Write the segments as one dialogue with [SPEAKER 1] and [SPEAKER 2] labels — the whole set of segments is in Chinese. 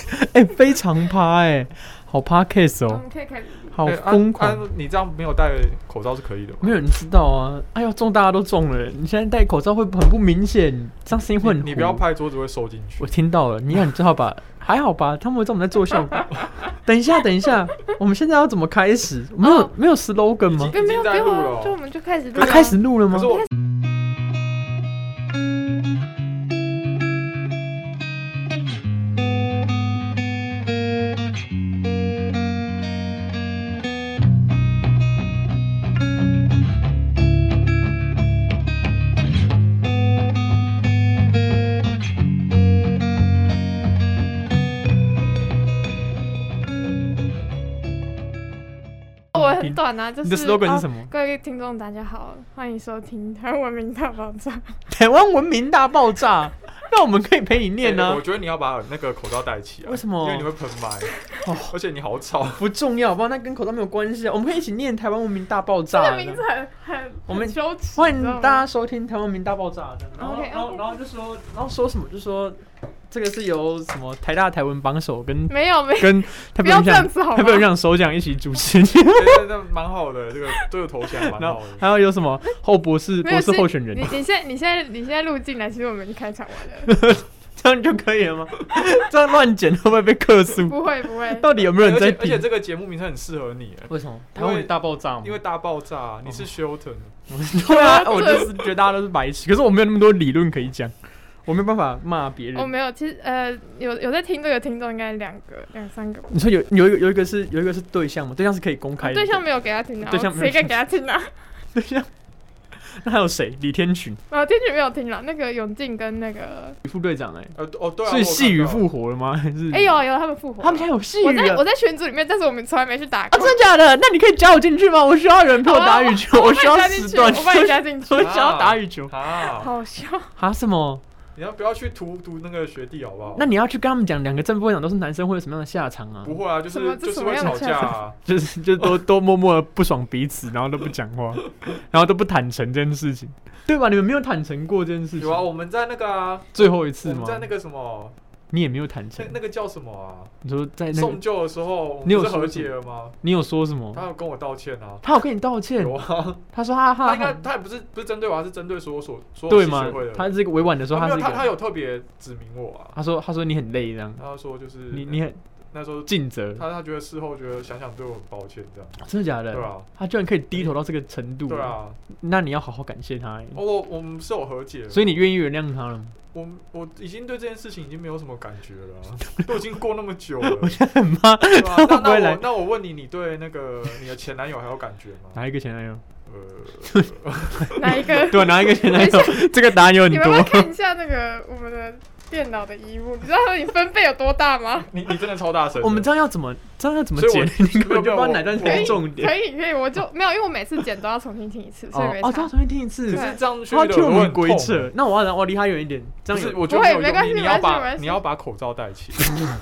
[SPEAKER 1] 哎、非常趴哎、好趴 case
[SPEAKER 2] 我
[SPEAKER 1] 哦，
[SPEAKER 2] 们嗯可以开始。
[SPEAKER 1] 好
[SPEAKER 3] 哎
[SPEAKER 1] 疯狂。
[SPEAKER 3] 啊啊你这样没有戴口罩是可以的吗？
[SPEAKER 1] 没有人知道啊！哎呦，中大家都中了，你现在戴口罩会很不明显，这样声音会很
[SPEAKER 3] 你
[SPEAKER 1] 糊
[SPEAKER 3] 你不要拍桌子会收进去
[SPEAKER 1] 我。听到了，你很最好吧？ 还好吧？他们会知道我们在做 效果。等一下，等一下，我们现在要怎么开始？没有、
[SPEAKER 2] 哦
[SPEAKER 1] 没有 slogan 吗
[SPEAKER 3] 已？
[SPEAKER 2] 没有没有
[SPEAKER 3] 已经在
[SPEAKER 2] 没有
[SPEAKER 3] 录了
[SPEAKER 2] 啊，
[SPEAKER 3] 哦
[SPEAKER 2] 就我们就开始录
[SPEAKER 1] 啊、
[SPEAKER 2] 啊。
[SPEAKER 1] 开始录了
[SPEAKER 3] 可
[SPEAKER 1] 吗
[SPEAKER 3] 是？我
[SPEAKER 2] 我很短啊，就是
[SPEAKER 1] 你的 slogan 是什么
[SPEAKER 2] 哦各位听众大家好，欢迎收听《台湾文明大爆炸》。
[SPEAKER 1] 台湾文明大爆 炸，那我们可以陪你念啊
[SPEAKER 3] 哎
[SPEAKER 1] 呢、
[SPEAKER 3] 我觉得你要把那个口罩戴起来。
[SPEAKER 1] 为什么
[SPEAKER 3] 因为你会喷麦
[SPEAKER 1] 哦，
[SPEAKER 3] 而且你好 吵。
[SPEAKER 1] 不重要，好不好？那跟口罩没有关系啊。我们可以一起念台湾文 明大爆
[SPEAKER 2] 这
[SPEAKER 1] 炸啊
[SPEAKER 2] 个。名字很很
[SPEAKER 1] 我们
[SPEAKER 2] 很羞耻，
[SPEAKER 1] 欢
[SPEAKER 2] 你
[SPEAKER 1] 迎
[SPEAKER 2] 知道吗
[SPEAKER 1] 大家收听台湾文明大爆炸。这样然后
[SPEAKER 2] OK，OK
[SPEAKER 1] 然后然后就说，然后说什么？就说这个是由什么台大台文榜首 跟
[SPEAKER 2] 没有没有，
[SPEAKER 1] 跟台
[SPEAKER 2] 不
[SPEAKER 1] 北
[SPEAKER 2] 要
[SPEAKER 1] 人
[SPEAKER 2] 这样
[SPEAKER 1] 像
[SPEAKER 2] 子好
[SPEAKER 1] 台北人
[SPEAKER 2] 吗？
[SPEAKER 1] 像首奖一起主持。
[SPEAKER 3] 哎那那蛮好的，这个这个头衔蛮
[SPEAKER 1] 然
[SPEAKER 3] 好
[SPEAKER 1] 后
[SPEAKER 3] 的。
[SPEAKER 1] 还要有什么后博士
[SPEAKER 2] 没有
[SPEAKER 1] 博士
[SPEAKER 2] 是
[SPEAKER 1] 候选人
[SPEAKER 2] 你，你现在你现在你现在录进来，其实我们已经开场完 了，
[SPEAKER 1] 这样就可以了吗？这样乱剪会不会被克诉？
[SPEAKER 2] 不会不会。
[SPEAKER 1] 到底有没有人
[SPEAKER 3] 而
[SPEAKER 1] 在
[SPEAKER 3] 且而且
[SPEAKER 1] 听？
[SPEAKER 3] 这个节目名称很适合你，哎
[SPEAKER 1] 为什么
[SPEAKER 3] 台湾人
[SPEAKER 1] 大爆炸吗
[SPEAKER 3] 因为大爆炸，你是
[SPEAKER 1] 哦
[SPEAKER 3] Shilton，
[SPEAKER 1] 对啊，我就是觉得大家都是白痴，可是我没有那么多理论可以讲，我没有办法骂别
[SPEAKER 2] 我
[SPEAKER 1] 人。
[SPEAKER 2] 没有，其实呃，有有在听这个听众应该两个两三个吧。
[SPEAKER 1] 你说有有一个有一个是有一个是对象嘛？对象是可以公开的，
[SPEAKER 2] 对象没有给他听啊，
[SPEAKER 1] 对象没有
[SPEAKER 2] 谁敢给他听啊？
[SPEAKER 1] 对象。 那还有谁？李天群，
[SPEAKER 2] 哦，天曲没有听了，那个永进跟那个，
[SPEAKER 1] 副队长哎，
[SPEAKER 3] 呃哦对啊，
[SPEAKER 1] 所以细
[SPEAKER 3] 雨
[SPEAKER 1] 雨复活了吗？还 是
[SPEAKER 2] 哎、有有他们复活了，
[SPEAKER 1] 他们现在有细
[SPEAKER 2] 我
[SPEAKER 1] 雨
[SPEAKER 2] 在
[SPEAKER 1] 了
[SPEAKER 2] 我在群组里面，但是我们从来没去打
[SPEAKER 1] 啊？
[SPEAKER 2] 过。
[SPEAKER 1] 真的假的？那你可以加我进去吗？我需要人陪我打羽球，
[SPEAKER 2] 我
[SPEAKER 1] 我
[SPEAKER 2] 把
[SPEAKER 1] 需
[SPEAKER 2] 你
[SPEAKER 1] 要
[SPEAKER 2] 加进
[SPEAKER 1] 时
[SPEAKER 2] 去，
[SPEAKER 1] 段，
[SPEAKER 2] 我把你加进去，
[SPEAKER 1] 我想要打羽球
[SPEAKER 3] 啊，
[SPEAKER 2] 好笑。
[SPEAKER 1] 啊？什么？
[SPEAKER 3] 你要不要去涂涂那个学弟好不好？
[SPEAKER 1] 那你要去跟他们讲，两个正副会长都是男生，会有什么样的下场啊
[SPEAKER 3] 不？会啊，就
[SPEAKER 2] 什么
[SPEAKER 3] 是
[SPEAKER 2] 这
[SPEAKER 3] 就是
[SPEAKER 2] 什么
[SPEAKER 3] 会
[SPEAKER 2] 样的
[SPEAKER 3] 吵
[SPEAKER 2] 下
[SPEAKER 3] 架 啊。
[SPEAKER 1] 就是就 都都默默地不爽彼此，然后都不讲话， 然后都不坦诚这件事情，对吧？你们没有坦诚过这件事情，
[SPEAKER 3] 有啊，我们在那个啊，
[SPEAKER 1] 最后一次
[SPEAKER 3] 我
[SPEAKER 1] 吗
[SPEAKER 3] 们？在那个什么，
[SPEAKER 1] 你也没有坦诚
[SPEAKER 3] 那，那个叫什么啊？
[SPEAKER 1] 你说在哎那
[SPEAKER 3] 送
[SPEAKER 1] 个，
[SPEAKER 3] 旧的时候，
[SPEAKER 1] 你有哦
[SPEAKER 3] 我们不是
[SPEAKER 1] 说
[SPEAKER 3] 和
[SPEAKER 1] 什么
[SPEAKER 3] 解了吗？
[SPEAKER 1] 你有说什么
[SPEAKER 3] 他？有跟我道歉啊。
[SPEAKER 1] 他有跟你道歉
[SPEAKER 3] 有，啊，
[SPEAKER 1] 哎他说哈哈
[SPEAKER 3] 他应该
[SPEAKER 1] 哈，
[SPEAKER 3] 他也不是不是针对我，啊他是针对所有所所有
[SPEAKER 1] 对
[SPEAKER 3] 系
[SPEAKER 1] 吗
[SPEAKER 3] 学会的？人。
[SPEAKER 1] 他这个委婉的说
[SPEAKER 3] 啊
[SPEAKER 1] 他
[SPEAKER 3] 没有
[SPEAKER 1] 是一
[SPEAKER 3] 他他
[SPEAKER 1] 个，
[SPEAKER 3] 有特别指明我啊，
[SPEAKER 1] 他说他说你很累这样，
[SPEAKER 3] 他说就是
[SPEAKER 1] 你你很
[SPEAKER 3] 那时候
[SPEAKER 1] 尽责，
[SPEAKER 3] 他他觉得事后觉得想想对我很抱歉这样，
[SPEAKER 1] 真的假的
[SPEAKER 3] 对？啊
[SPEAKER 1] 他居然可以低头到这个程度，
[SPEAKER 3] 对，啊，哦
[SPEAKER 1] 那你要好好感谢他欸，
[SPEAKER 3] 我我们是有和解的，
[SPEAKER 1] 所以你愿意原谅他了吗？
[SPEAKER 3] 我我已经对这件事情已经没有什么感觉了啊， 都已经过那么久 了，
[SPEAKER 1] 很怕
[SPEAKER 3] 对吧？那
[SPEAKER 1] 会不会
[SPEAKER 3] 那
[SPEAKER 1] 来
[SPEAKER 3] 我那我问你，你对那个你的前男友还有感觉吗？
[SPEAKER 1] 哪一个前男友？
[SPEAKER 3] 呃，
[SPEAKER 2] 哪一个？
[SPEAKER 1] 对，啊哪一个前男友？这个答案有很
[SPEAKER 2] 你们
[SPEAKER 1] 多。
[SPEAKER 2] 要看一下那个我们的电脑的荧幕，你知道你分贝有多大吗？
[SPEAKER 3] 你你真的超大声的，
[SPEAKER 1] 我们这样要怎么，这样要怎么
[SPEAKER 3] 所以我
[SPEAKER 1] 剪？你根本就不知道哪段
[SPEAKER 2] 可
[SPEAKER 1] 才
[SPEAKER 2] 以
[SPEAKER 1] 是重
[SPEAKER 2] 可
[SPEAKER 1] 点。
[SPEAKER 2] 以可以，我就没有，因为我每次剪都要重新听一次，所以
[SPEAKER 1] 哦
[SPEAKER 2] 没
[SPEAKER 1] 哦，
[SPEAKER 2] 差。
[SPEAKER 1] 他要重新听一次
[SPEAKER 3] 可
[SPEAKER 2] 对，
[SPEAKER 3] 是这样去
[SPEAKER 1] 他
[SPEAKER 3] 耳
[SPEAKER 1] 替我
[SPEAKER 3] 朵
[SPEAKER 1] 们
[SPEAKER 3] 很
[SPEAKER 1] 鬼
[SPEAKER 3] 痛，欸
[SPEAKER 1] 扯。那我要我要离他远一点，这
[SPEAKER 3] 不
[SPEAKER 1] 样
[SPEAKER 3] 是
[SPEAKER 1] 有
[SPEAKER 3] 我觉得
[SPEAKER 2] 不会
[SPEAKER 3] 有
[SPEAKER 2] 没关
[SPEAKER 3] 用，
[SPEAKER 2] 系
[SPEAKER 3] 你你
[SPEAKER 2] 没关系
[SPEAKER 3] 要
[SPEAKER 2] 没
[SPEAKER 3] 把
[SPEAKER 2] 关系
[SPEAKER 3] 你要把口罩戴起来，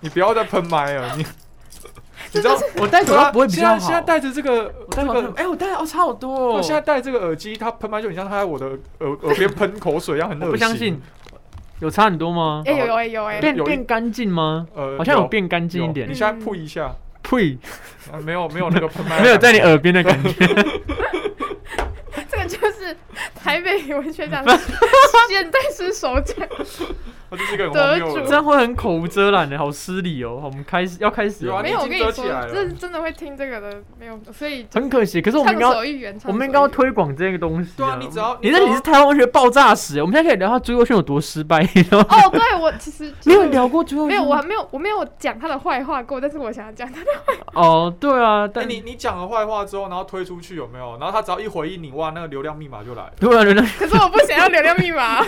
[SPEAKER 3] 你不要再喷麦了，你你
[SPEAKER 2] 这
[SPEAKER 3] 知道啊
[SPEAKER 2] 就。
[SPEAKER 1] 我戴口罩不会比
[SPEAKER 3] 现
[SPEAKER 1] 较
[SPEAKER 3] 在
[SPEAKER 1] 好。
[SPEAKER 3] 现在戴着这个
[SPEAKER 1] 我
[SPEAKER 3] 这
[SPEAKER 1] 戴口罩
[SPEAKER 3] 个，，
[SPEAKER 1] 哎，我戴哦，差好多
[SPEAKER 3] 我
[SPEAKER 1] 哦。
[SPEAKER 3] 现在戴这个耳机，它喷麦就很像它在我的耳耳边喷口水一样，很恶
[SPEAKER 1] 我不相信，有差很多吗？
[SPEAKER 2] 哎、有有哎有哎、
[SPEAKER 1] 变
[SPEAKER 3] 有一
[SPEAKER 1] 变干净吗？
[SPEAKER 3] 呃，
[SPEAKER 1] 好像有
[SPEAKER 3] 有
[SPEAKER 1] 变干净一
[SPEAKER 3] 有你
[SPEAKER 1] 点。
[SPEAKER 3] 现在扑一下，
[SPEAKER 1] 呸，
[SPEAKER 3] 啊没有没有 那个喷麦的感觉，
[SPEAKER 1] 没有在你耳边的感 觉。
[SPEAKER 2] 这个就是台北文学奖现代诗首奖，
[SPEAKER 3] 它就是一个很荒谬
[SPEAKER 2] 得主
[SPEAKER 1] 这
[SPEAKER 3] 的。
[SPEAKER 1] 样会很口无遮拦的，好失礼哦。好我们开始要开始哦
[SPEAKER 3] 有
[SPEAKER 1] 了
[SPEAKER 3] 啊
[SPEAKER 2] 没，有我跟你
[SPEAKER 3] 已经遮
[SPEAKER 2] 说，
[SPEAKER 3] 起来了
[SPEAKER 2] 这是真的会听这个的，没有，所以
[SPEAKER 1] 很可惜。可是我们
[SPEAKER 2] 畅
[SPEAKER 1] 刚刚
[SPEAKER 2] 所欲言，畅
[SPEAKER 1] 我们应该
[SPEAKER 2] 所
[SPEAKER 1] 要
[SPEAKER 2] 欲言
[SPEAKER 1] 推广这个东西、
[SPEAKER 3] 对啊你只要
[SPEAKER 1] 你
[SPEAKER 3] 你
[SPEAKER 1] 那
[SPEAKER 3] 只要
[SPEAKER 1] 你是台湾文学爆炸史，欸我们现在可以聊他朱佑勋有多失败，你知道吗？
[SPEAKER 2] 哦，对我其实
[SPEAKER 1] 没有聊过朱佑勋，
[SPEAKER 2] 没有，我还没有，我没有讲他的坏话过，但是我想要讲他的。
[SPEAKER 1] 哦，对啊，
[SPEAKER 3] 但
[SPEAKER 1] 但
[SPEAKER 3] 哎你你讲了坏话之后，然后推出去有没有？然后他只要一回应你，哇，那个流量密码就来了。
[SPEAKER 1] 对啊，人家
[SPEAKER 2] 可是我不想要流量密 码，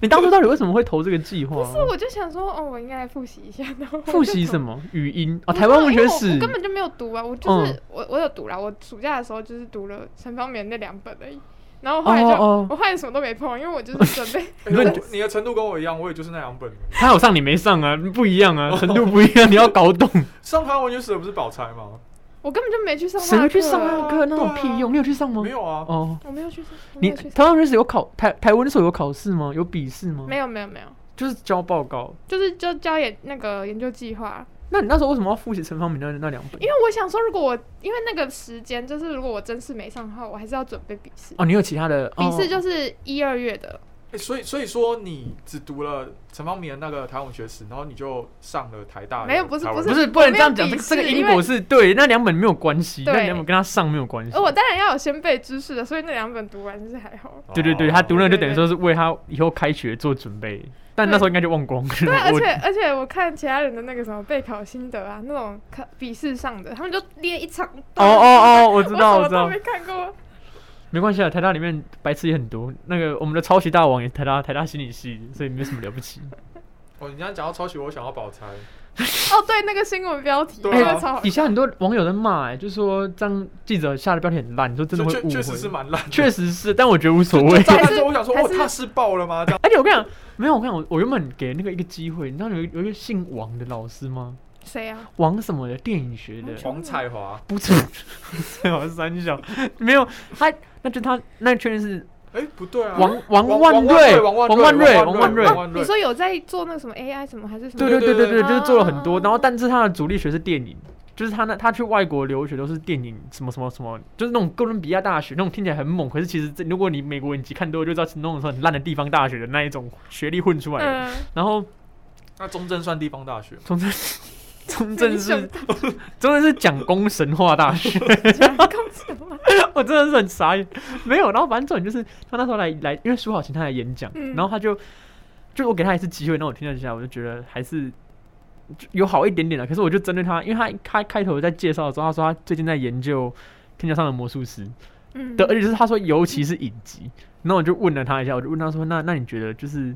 [SPEAKER 1] 你当初到底为什么会投这个计划
[SPEAKER 2] 不？是，我就想说，哦，我应该来复习一下。然后我就
[SPEAKER 1] 复习什
[SPEAKER 2] 么？
[SPEAKER 1] 么语音啊？
[SPEAKER 2] 我
[SPEAKER 1] 台湾文
[SPEAKER 2] 因为
[SPEAKER 1] 学
[SPEAKER 2] 我
[SPEAKER 1] 史
[SPEAKER 2] 我根本就没有读啊，我就是、
[SPEAKER 1] 嗯
[SPEAKER 2] 我我有读啦，我暑假的时候就是读了陈方明那两本而已，然后后来就、
[SPEAKER 1] 哦哦，
[SPEAKER 2] 我后来什么都没碰，因为我就是准 备
[SPEAKER 3] 哎
[SPEAKER 1] 你
[SPEAKER 3] 我你的程度跟我一样，我也就是那两本。
[SPEAKER 1] 他有上你没上啊，不一样
[SPEAKER 3] 哦
[SPEAKER 1] 啊，程度不一样，你要搞懂。
[SPEAKER 3] 上台湾文学史的不是宝钗吗？
[SPEAKER 2] 我根本就没去上
[SPEAKER 1] 谁
[SPEAKER 2] 他
[SPEAKER 1] 会
[SPEAKER 2] 的
[SPEAKER 1] 去上那
[SPEAKER 2] 啊
[SPEAKER 1] 个课？那有
[SPEAKER 3] 对啊
[SPEAKER 1] 屁用？你有去上吗
[SPEAKER 3] 没？有啊，
[SPEAKER 1] 哦，
[SPEAKER 2] 我没有去上，我
[SPEAKER 1] 你
[SPEAKER 2] 没有去上，
[SPEAKER 1] 台湾文学史有考台台湾文所有考试吗？有笔试吗？
[SPEAKER 2] 没有没有没有，
[SPEAKER 1] 就是交报告。
[SPEAKER 2] 就是就交研那个研究计划，啊
[SPEAKER 1] 那你那时候为什么要复习陈方明那那两本
[SPEAKER 2] 因？为我想说，如果我因为那个时间，就是如果我真是没上的话，我还是要准备笔试。
[SPEAKER 1] 哦，你有其他的
[SPEAKER 2] 笔试
[SPEAKER 1] 哦、
[SPEAKER 2] 就是一二月的，
[SPEAKER 3] 欸所以所以说你只读了陈方明的那个台湾文学史，然后你就上了台大的
[SPEAKER 2] 没有不是
[SPEAKER 3] 台湾
[SPEAKER 2] 不
[SPEAKER 1] 不是
[SPEAKER 2] 我
[SPEAKER 1] 不能这样
[SPEAKER 2] 没有
[SPEAKER 1] 讲，这
[SPEAKER 2] 笔
[SPEAKER 1] 个
[SPEAKER 2] 试
[SPEAKER 1] 这个因
[SPEAKER 2] 因为
[SPEAKER 1] 果是对，那两本没有关系，
[SPEAKER 2] 对
[SPEAKER 1] 那两本跟他上没有关系
[SPEAKER 2] 哦而。我当然要有先背知识的，所以那两本读完就是还好。
[SPEAKER 1] 对对
[SPEAKER 3] 哦
[SPEAKER 1] 对，他读那个就
[SPEAKER 2] 对对
[SPEAKER 1] 等于说是为他以后开学做准备，但那时候应该就忘光了。
[SPEAKER 2] 对，啊而
[SPEAKER 1] 我
[SPEAKER 2] 且而且我看其他人的那个什么备考心得啊，那种考笔试上的，他们就列一长
[SPEAKER 1] 哦
[SPEAKER 2] 段。
[SPEAKER 1] 哦哦，我知
[SPEAKER 2] 我
[SPEAKER 1] 道
[SPEAKER 2] 什
[SPEAKER 1] 我
[SPEAKER 2] 么
[SPEAKER 1] 知
[SPEAKER 2] 都
[SPEAKER 1] 道
[SPEAKER 2] 没，看过。哦
[SPEAKER 1] 没关系啊，台大里面白痴也很多。那个我们的抄袭大王也台大台大心理系，所以没什么了不起。
[SPEAKER 3] 哦，你这样讲到抄袭，我想要宝钗，
[SPEAKER 2] 哦，对，那个新闻标题，
[SPEAKER 3] 对
[SPEAKER 2] 那
[SPEAKER 3] 啊
[SPEAKER 2] 个超好
[SPEAKER 1] 底。下很多网友在骂、哎，就说这样记者下的标题很烂，你说真的
[SPEAKER 3] 就
[SPEAKER 1] 会
[SPEAKER 3] 确
[SPEAKER 1] 误
[SPEAKER 3] 确实是
[SPEAKER 1] 会。
[SPEAKER 3] 蛮烂的。
[SPEAKER 1] 确实是，但我觉得无所谓。
[SPEAKER 3] 乍看
[SPEAKER 2] 还
[SPEAKER 3] 之
[SPEAKER 2] 是
[SPEAKER 3] 后我想说，
[SPEAKER 2] 还
[SPEAKER 3] 哦，
[SPEAKER 2] 是
[SPEAKER 3] 他是爆了吗？这样
[SPEAKER 1] 而且我跟你讲，没有，我跟你讲，我我原本给那个一个机会，你知道有一有一个姓王的老师吗？
[SPEAKER 2] 谁啊？
[SPEAKER 1] 王什么的，电影学的，
[SPEAKER 3] 黄彩华，
[SPEAKER 1] 不是，最好三小，没有他，那就他，那确定是
[SPEAKER 3] 哎，不对啊，
[SPEAKER 1] 王王
[SPEAKER 3] 王
[SPEAKER 1] 万瑞，
[SPEAKER 3] 王
[SPEAKER 1] 王
[SPEAKER 3] 万瑞，
[SPEAKER 1] 瑞，王万瑞
[SPEAKER 3] 王。万
[SPEAKER 2] 哦你
[SPEAKER 3] 瑞。
[SPEAKER 2] 说有在做那个什么 AI 什么还是什么？
[SPEAKER 1] 对对对对对，
[SPEAKER 2] 对
[SPEAKER 1] 就是做了很多，
[SPEAKER 2] 啊
[SPEAKER 1] 然后但是他的主力学是电影，就是他那他去外国留学都是电影什么什么什么，就是那种哥伦比亚大学那种听起来很猛，可是其实这如果你美国影集看多了就知道是那种很烂的地方大学的那一种学历混出来的。
[SPEAKER 2] 嗯，
[SPEAKER 1] 然后
[SPEAKER 3] 那中正算地方大学吗？
[SPEAKER 1] 从这 从正
[SPEAKER 2] 你
[SPEAKER 1] 是
[SPEAKER 2] 想
[SPEAKER 1] 真的是讲工神话大学，
[SPEAKER 2] 到干 什么？
[SPEAKER 1] 我真的是很傻眼。没有，然后反正重点就是他那时候来来，因为苏好琴他来演讲，
[SPEAKER 2] 嗯
[SPEAKER 1] 然后他就就我给他一次机会，那我听了一下，我就觉得还是就有好一点点的。可是我就针对他，因为他他开头在介绍的时候，他说他最近在研究天桥上的魔术师
[SPEAKER 2] 嗯
[SPEAKER 1] 的，而且是他说尤其是影集。然后我就问了他一下，我就问他说：“那那你觉得就是？”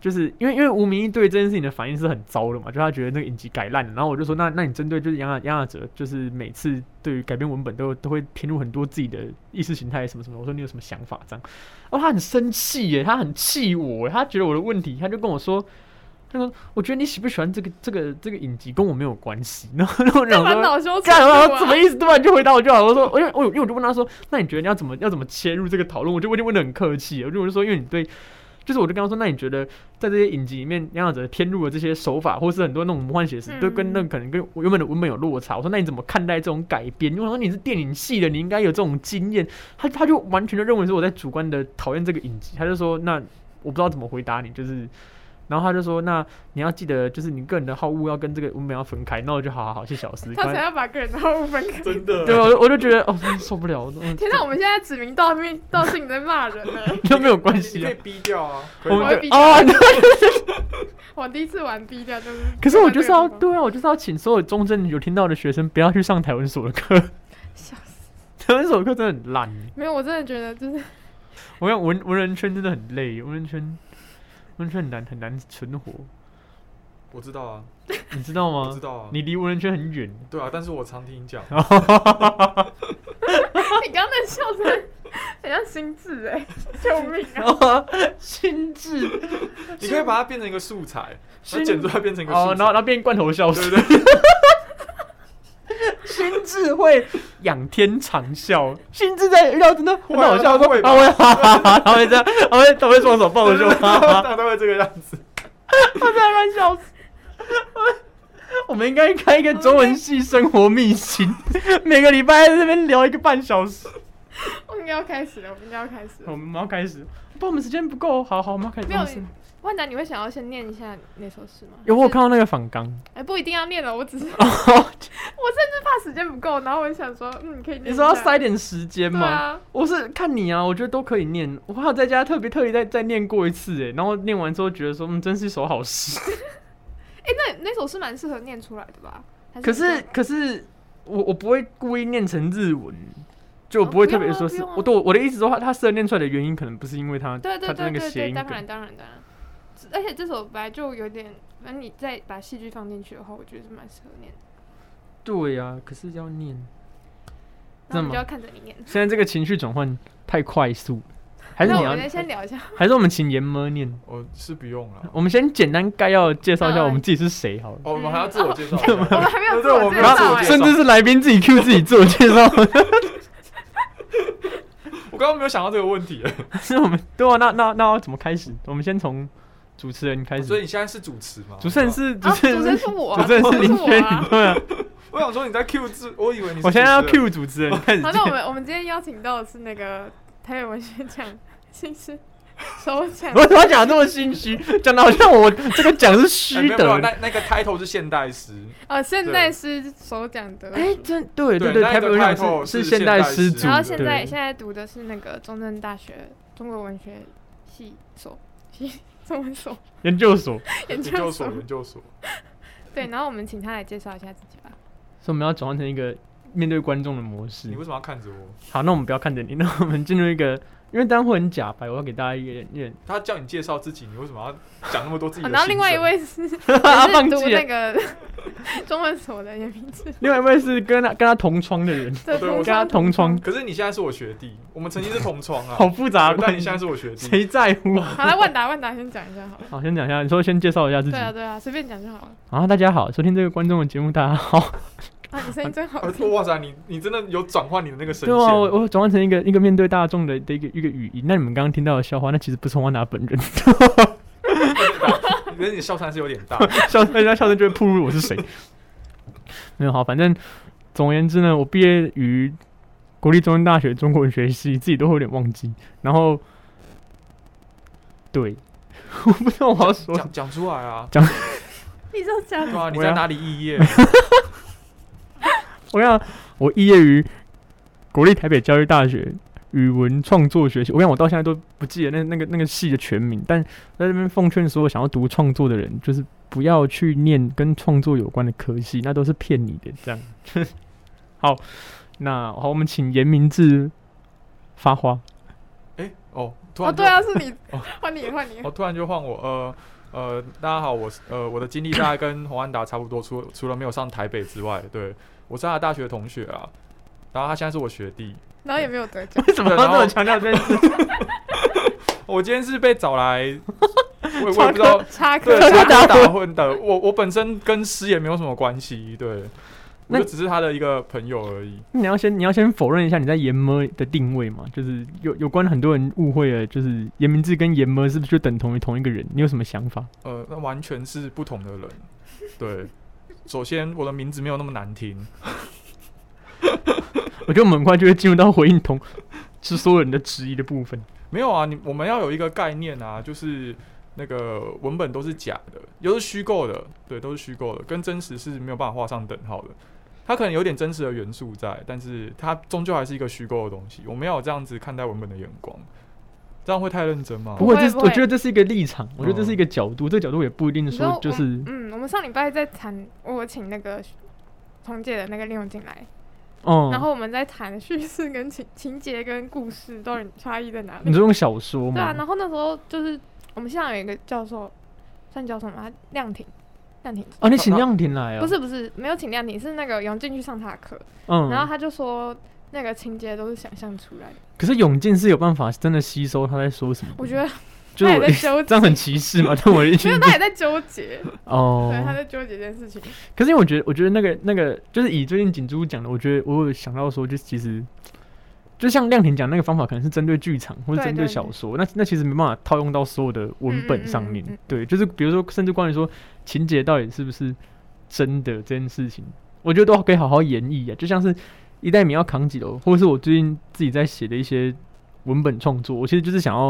[SPEAKER 1] 就是因为因为吴明义对这件事情的反应是很糟的嘛，就他觉得那个影集改烂了，然后我就说那那你针对就是杨雅杨雅哲，就是每次对于改编文本都都会填入很多自己的意识形态什么什么，我说你有什么想法这样，哦他很生气耶，他很气我耶，他觉得我的问题，他就跟我说，他说我觉得你喜不喜欢这个这个这个影集跟我没有关系， 然后然后我
[SPEAKER 2] 干
[SPEAKER 1] 想
[SPEAKER 2] 嘛
[SPEAKER 1] 说
[SPEAKER 2] 恼羞成
[SPEAKER 1] 干
[SPEAKER 2] 怒
[SPEAKER 1] 嘛？
[SPEAKER 2] 啊
[SPEAKER 1] 什么意思？突然就回答我就好。我说， 我就我因为我就问他说，那你觉得你要怎么要怎么切入这个讨论？我就我就问的很客气，我就我就说，因为你对，就是我就跟他说，那你觉得在这些影集里面，杨雅哲偏入的这些手法，或是很多那种魔幻写实，
[SPEAKER 2] 嗯
[SPEAKER 1] 都跟那个可能跟我原本的文本有落差。我说，那你怎么看待这种改编？因为我说你是电影系的，你应该有这种经验。他他就完全就认为说我在主观的讨厌这个影集，他就说那我不知道怎么回答你，就是。然后他就说：“那你要记得，就是你个人的好恶要跟这个文本要分开。”那我就好好好，谢谢老师。
[SPEAKER 2] 他
[SPEAKER 1] 关
[SPEAKER 2] 才要把个人的后分开。
[SPEAKER 3] 真 的
[SPEAKER 1] 对，我我就觉得哦，真的受不了，我 嗯
[SPEAKER 2] 天哪，我们现在指名道姓道姓在骂人呢。
[SPEAKER 1] 都没有关
[SPEAKER 3] 你
[SPEAKER 1] 系
[SPEAKER 3] 可
[SPEAKER 1] 啊
[SPEAKER 3] 以。逼掉啊，可
[SPEAKER 1] 我
[SPEAKER 3] 以吗
[SPEAKER 2] 我会
[SPEAKER 1] 们
[SPEAKER 2] 逼
[SPEAKER 1] 就啊，
[SPEAKER 2] 我第一次玩 B 掉就是。
[SPEAKER 1] 可是我就是要
[SPEAKER 2] 对，
[SPEAKER 1] 对啊，我就是要请所有中正有听到的学生不要去上台文所的课，
[SPEAKER 2] 笑死！
[SPEAKER 1] 台文所的课真的很烂。
[SPEAKER 2] 没有，我真的觉得就是
[SPEAKER 1] 我想文文人圈真的很累，文人圈文人圈很难很难存活，
[SPEAKER 3] 我知道啊，
[SPEAKER 1] 你知道
[SPEAKER 3] 我
[SPEAKER 1] 吗
[SPEAKER 3] 知？道啊，
[SPEAKER 1] 哦你离文人圈很远。
[SPEAKER 3] 对啊，但是我常听你讲，
[SPEAKER 2] 你刚刚那笑声很像心智 哎，救命啊！
[SPEAKER 1] 心智
[SPEAKER 3] 你可以把它变成一个素材，
[SPEAKER 1] 心
[SPEAKER 3] 它剪出来变成一个
[SPEAKER 1] 哦
[SPEAKER 3] 素，
[SPEAKER 1] 然后然
[SPEAKER 3] 材，
[SPEAKER 1] 后变罐头笑
[SPEAKER 3] 对
[SPEAKER 1] 声，
[SPEAKER 3] 对对，
[SPEAKER 1] 心智会仰天长啸，心智在遇到真的很
[SPEAKER 3] 会啊
[SPEAKER 1] 好笑，
[SPEAKER 3] 他
[SPEAKER 1] 说
[SPEAKER 3] 会
[SPEAKER 1] 啊会哈哈哈，他会这 样，他会他会双手抱胸，哈哈。
[SPEAKER 3] 大概会这个样 子。
[SPEAKER 1] 他在乱笑死。我们应该开一个中文系生活秘辛， 每个礼拜在这边聊一个半小时。
[SPEAKER 2] 我们应该要开始了，我们应该要开始了
[SPEAKER 1] 我。们要开始，不，我们时间不够。好好，我们要开始。
[SPEAKER 2] 没有
[SPEAKER 1] 我们是
[SPEAKER 2] 万达，你会想要先念一下那首诗吗？
[SPEAKER 1] 有我有看到那个反 纲，
[SPEAKER 2] 哎，不一定要念了，我只是 我甚
[SPEAKER 1] 哦
[SPEAKER 2] 至怕时间不够，然后我就想说，嗯，可以念一下。
[SPEAKER 1] 你说要塞点时间
[SPEAKER 2] 对
[SPEAKER 1] 吗？
[SPEAKER 2] 啊，
[SPEAKER 1] 我是看你啊，我觉得都可以念。我还有在家特别特意再再念过一次，哎，然后念完之后觉得说，嗯，真是一首好诗。
[SPEAKER 2] 哎，那那首诗蛮适合念出来的吧？还
[SPEAKER 1] 可
[SPEAKER 2] 你
[SPEAKER 1] 是
[SPEAKER 2] 就
[SPEAKER 1] 可是我我不会故意念成日文，就我
[SPEAKER 2] 哦
[SPEAKER 1] 不会
[SPEAKER 2] 不
[SPEAKER 1] 特
[SPEAKER 2] 用
[SPEAKER 1] 别
[SPEAKER 2] 啊
[SPEAKER 1] 说
[SPEAKER 2] 不
[SPEAKER 1] 是、
[SPEAKER 2] 用啊
[SPEAKER 1] 我对我我的意思说他他适合念出来的原因，可能不是因为他
[SPEAKER 2] 对对
[SPEAKER 1] 他的
[SPEAKER 2] 对
[SPEAKER 1] 那个
[SPEAKER 2] 对
[SPEAKER 1] 谐
[SPEAKER 2] 对，
[SPEAKER 1] 音
[SPEAKER 2] 当
[SPEAKER 1] 梗
[SPEAKER 2] 然当然当然。而且这首本来就有点，反正你再把戏剧放进去的话，我觉得是蛮适合念的。
[SPEAKER 1] 对呀、可是要念，
[SPEAKER 2] 那我
[SPEAKER 1] 真的
[SPEAKER 2] 们
[SPEAKER 1] 吗
[SPEAKER 2] 就要看着你念。
[SPEAKER 1] 现在这个情绪转换太快速，还是
[SPEAKER 2] 那
[SPEAKER 1] 你
[SPEAKER 2] 我
[SPEAKER 1] 要
[SPEAKER 2] 们先聊一下，
[SPEAKER 1] 还是我们请研妈念？
[SPEAKER 3] 我哦是不用了，
[SPEAKER 1] 我们先简单概要介绍一下
[SPEAKER 2] 嗯
[SPEAKER 1] 我们自己是谁好了，
[SPEAKER 3] 哦，我们还要
[SPEAKER 1] 嗯
[SPEAKER 3] 自我 介绍一
[SPEAKER 2] 我
[SPEAKER 3] 下，
[SPEAKER 2] 们还没有自
[SPEAKER 3] 对
[SPEAKER 2] 我
[SPEAKER 3] 我
[SPEAKER 2] 介
[SPEAKER 3] 们要
[SPEAKER 1] 然
[SPEAKER 3] 自
[SPEAKER 2] 绍
[SPEAKER 3] 我
[SPEAKER 1] 后
[SPEAKER 2] 哎
[SPEAKER 3] 介。
[SPEAKER 1] 甚至是来宾自己 Q 自己自我介绍，
[SPEAKER 3] 我刚刚没有想到这个问题，
[SPEAKER 1] 是我们对啊，那那那要怎么开始？我们先从主持人 开
[SPEAKER 3] 哦所以
[SPEAKER 1] 始，
[SPEAKER 3] 你现在是主持吗？
[SPEAKER 1] 主持人是主
[SPEAKER 2] 啊，主
[SPEAKER 1] 持
[SPEAKER 2] 持
[SPEAKER 1] 人
[SPEAKER 2] 人
[SPEAKER 1] 是
[SPEAKER 2] 是我
[SPEAKER 1] 主
[SPEAKER 2] 啊，
[SPEAKER 1] 持人
[SPEAKER 2] 主
[SPEAKER 1] 是
[SPEAKER 2] 持人
[SPEAKER 1] 林
[SPEAKER 2] 是我
[SPEAKER 1] 轩
[SPEAKER 2] 啊
[SPEAKER 1] 宇，。对啊，
[SPEAKER 3] 我想说你在 Q 字，我以为你是哦
[SPEAKER 1] 我现在要
[SPEAKER 3] 主持人
[SPEAKER 1] Q 主持人开始
[SPEAKER 2] 好，那我
[SPEAKER 1] 见。
[SPEAKER 2] 们我们今天邀请到的是那个台北文学奖新诗首奖，
[SPEAKER 1] 我怎么讲得这么心虚？讲的好像我这个奖是虚
[SPEAKER 3] 哎没有没有
[SPEAKER 1] 的。
[SPEAKER 3] 那那个 title 是现代 诗，
[SPEAKER 2] 呃，现代诗首奖得
[SPEAKER 1] 哎，
[SPEAKER 2] 主。
[SPEAKER 1] 真对
[SPEAKER 3] 对
[SPEAKER 1] 对，
[SPEAKER 3] 那
[SPEAKER 1] 台
[SPEAKER 3] 个
[SPEAKER 1] 北文学
[SPEAKER 3] title
[SPEAKER 1] 奖是
[SPEAKER 3] 是
[SPEAKER 1] 现
[SPEAKER 3] 现
[SPEAKER 1] 代
[SPEAKER 3] 代
[SPEAKER 1] 诗
[SPEAKER 3] 诗
[SPEAKER 1] 组，
[SPEAKER 2] 然后现在
[SPEAKER 1] 对
[SPEAKER 2] 现在读的是那个中正大学中国文学系所系中文 所
[SPEAKER 1] 研究所，
[SPEAKER 2] 研
[SPEAKER 3] 研
[SPEAKER 2] 究
[SPEAKER 3] 究
[SPEAKER 2] 所
[SPEAKER 3] 所。研究所，
[SPEAKER 2] 对，然后我们请他来介绍一下自己吧。
[SPEAKER 1] 所以我们要转换成一个面对观众的模式
[SPEAKER 3] 你为。什么要看着我？
[SPEAKER 1] 好，那我们不要看着你， 那我们进入一个，因为单会很假白，我要给大家一个一 点
[SPEAKER 3] 他叫你介绍自己，你为什么要讲那么多自己
[SPEAKER 2] 好
[SPEAKER 3] 的心声？
[SPEAKER 2] 然后另外一位是也是
[SPEAKER 1] 忘
[SPEAKER 2] 读
[SPEAKER 1] 记
[SPEAKER 2] 那
[SPEAKER 1] 了。
[SPEAKER 2] 个 中文所的严明志，
[SPEAKER 1] 另外一位是跟他跟他同窗的人，
[SPEAKER 2] 这
[SPEAKER 3] 对我
[SPEAKER 1] 跟他同窗，
[SPEAKER 3] 可是你现在是我学弟，我们曾经是同窗啊。
[SPEAKER 1] 好复杂的
[SPEAKER 3] 对但
[SPEAKER 1] 关
[SPEAKER 3] 你
[SPEAKER 1] 系
[SPEAKER 3] 现在，是我学弟，
[SPEAKER 1] 谁在乎啊？
[SPEAKER 2] 好了，万达万达先讲一下好了。
[SPEAKER 1] 好，先讲一下，你说先介绍一下自己
[SPEAKER 2] 对。啊对啊，随便讲就好了。
[SPEAKER 1] 啊，大家好，收听这个观众的节目，大家好。
[SPEAKER 2] 啊，你声音真好
[SPEAKER 3] 呃
[SPEAKER 2] 听。
[SPEAKER 3] 哇塞，你你真的有转换你的那个声
[SPEAKER 1] 对
[SPEAKER 3] 线，
[SPEAKER 1] 啊，我我转换成一个一个面对大众的的一个一个语音。那你们刚刚听到的笑话，那其实不是王达本人，
[SPEAKER 3] 可是你笑声还是有点大。
[SPEAKER 1] 笑人家笑声就会暴露我是谁。 没有好，反正总而言之呢，我毕业于国立中文大学中国文学系，自己都会有点忘记。然后，对， 我不知道我要说什么
[SPEAKER 3] 讲讲出来啊，
[SPEAKER 2] 你就讲
[SPEAKER 3] 对啊，你
[SPEAKER 1] 我要
[SPEAKER 3] 在哪里肄业？
[SPEAKER 1] 我想我毕业于国立台北教育大学语文创作学系，我想我到现在都不记得那那个那个系的全名，但在这边奉劝所有想要读创作的人，就是不要去念跟创作有关的科系，那都是骗你的。这样， 好，那好，我们请严明志发话。
[SPEAKER 3] 哎，哦，突
[SPEAKER 2] 哦，
[SPEAKER 3] 然就
[SPEAKER 2] 对啊，是你
[SPEAKER 3] 哦，
[SPEAKER 2] 换你换你
[SPEAKER 3] 哦，。突然就换我，呃呃，大家好，我是呃我的经历大概跟黄安达差不多，除除了没有上台北之外，对我是他的大学同学啊，然后他现在是我学弟，
[SPEAKER 2] 然后也没有得 奖，
[SPEAKER 1] 为什么
[SPEAKER 3] 对
[SPEAKER 1] 要
[SPEAKER 3] 然
[SPEAKER 1] 这
[SPEAKER 3] 后
[SPEAKER 1] 么强调这件事？
[SPEAKER 3] 哦我今天是被找来，我也我也不 知道。
[SPEAKER 2] 插
[SPEAKER 3] 对，
[SPEAKER 2] 科
[SPEAKER 3] 是
[SPEAKER 2] 打
[SPEAKER 3] 他打混的，我我本身跟诗也没有什么关系，对，我
[SPEAKER 1] 那
[SPEAKER 3] 就只是他的一个朋友而已。
[SPEAKER 1] 你要先你要先否认一下你在研么的定位嘛？就是有有关很多人误会了，就是严明志跟研么是不是就等同于同一个人？你有什么想法？
[SPEAKER 3] 呃，那完全是不同的人。 对，首先我的名字没有那么难听，
[SPEAKER 1] 我觉得我们很快就会进入到回应同是所有人的质疑的部分。
[SPEAKER 3] 没有啊，你我们要有一个概念啊，就是那个文本都是假的，又是虚构的，对，都是虚构的，跟真实是没有办法画上等号的。它可能有点真实的元素在，但是它终究还是一个虚构的东西。我们要有这样子看待文本的眼光，这样会太认真吗？
[SPEAKER 1] 不过
[SPEAKER 2] 会
[SPEAKER 1] 这是
[SPEAKER 2] 不
[SPEAKER 1] 我
[SPEAKER 2] 会
[SPEAKER 1] 觉得这是一个立场，我觉得这是一个角度，这个角度也不一定
[SPEAKER 2] 你知道
[SPEAKER 1] 说
[SPEAKER 2] 我
[SPEAKER 1] 就是
[SPEAKER 2] 嗯，我们上礼拜在谈，我请那个童姐的那个利用进来，
[SPEAKER 1] 嗯，
[SPEAKER 2] 然后我们在谈叙事跟情情节跟故事到底差异在哪
[SPEAKER 1] 你
[SPEAKER 2] 里。
[SPEAKER 1] 是用小说
[SPEAKER 2] 对啊，然
[SPEAKER 1] 嘛？
[SPEAKER 2] 后那时候就是我们现场有一个教授，算教授吗？他亮婷，亮婷。
[SPEAKER 1] 哦，你请亮婷来啊？
[SPEAKER 2] 不，是不是，没有请亮婷，是那个永进去上他的课，
[SPEAKER 1] 嗯，
[SPEAKER 2] 然后他就说那个情节都是想象出来的，
[SPEAKER 1] 可是永进是有办法真的吸收他在说什么，
[SPEAKER 2] 我觉得
[SPEAKER 1] 就
[SPEAKER 2] 他
[SPEAKER 1] 是
[SPEAKER 2] 也
[SPEAKER 1] 我 这
[SPEAKER 2] 在纠结
[SPEAKER 1] 样，很歧视嘛？但我一
[SPEAKER 2] 没
[SPEAKER 1] 听
[SPEAKER 2] 有，他也在纠结，
[SPEAKER 1] 哦，
[SPEAKER 2] 对，他在纠结这件事情。
[SPEAKER 1] 可是因为我觉得，我觉得那个那个，就是以最近锦珠讲的，我觉得我有想到说，就其实，就像亮婷讲那个方法，可能是针对剧场或者
[SPEAKER 2] 对
[SPEAKER 1] 针对
[SPEAKER 2] 对
[SPEAKER 1] 小
[SPEAKER 2] 对
[SPEAKER 1] 说，那那其实没办法套用到所有的文
[SPEAKER 2] 嗯
[SPEAKER 1] 本
[SPEAKER 2] 嗯
[SPEAKER 1] 上
[SPEAKER 2] 嗯
[SPEAKER 1] 面。
[SPEAKER 2] 嗯
[SPEAKER 1] 对，就是比如说，甚至关于说情节到底是不是真的这件事情，我觉得都可以好好演绎啊。就像是一代米要扛几楼，或者是我最近自己在写的一些文本创作，我其实就是想要，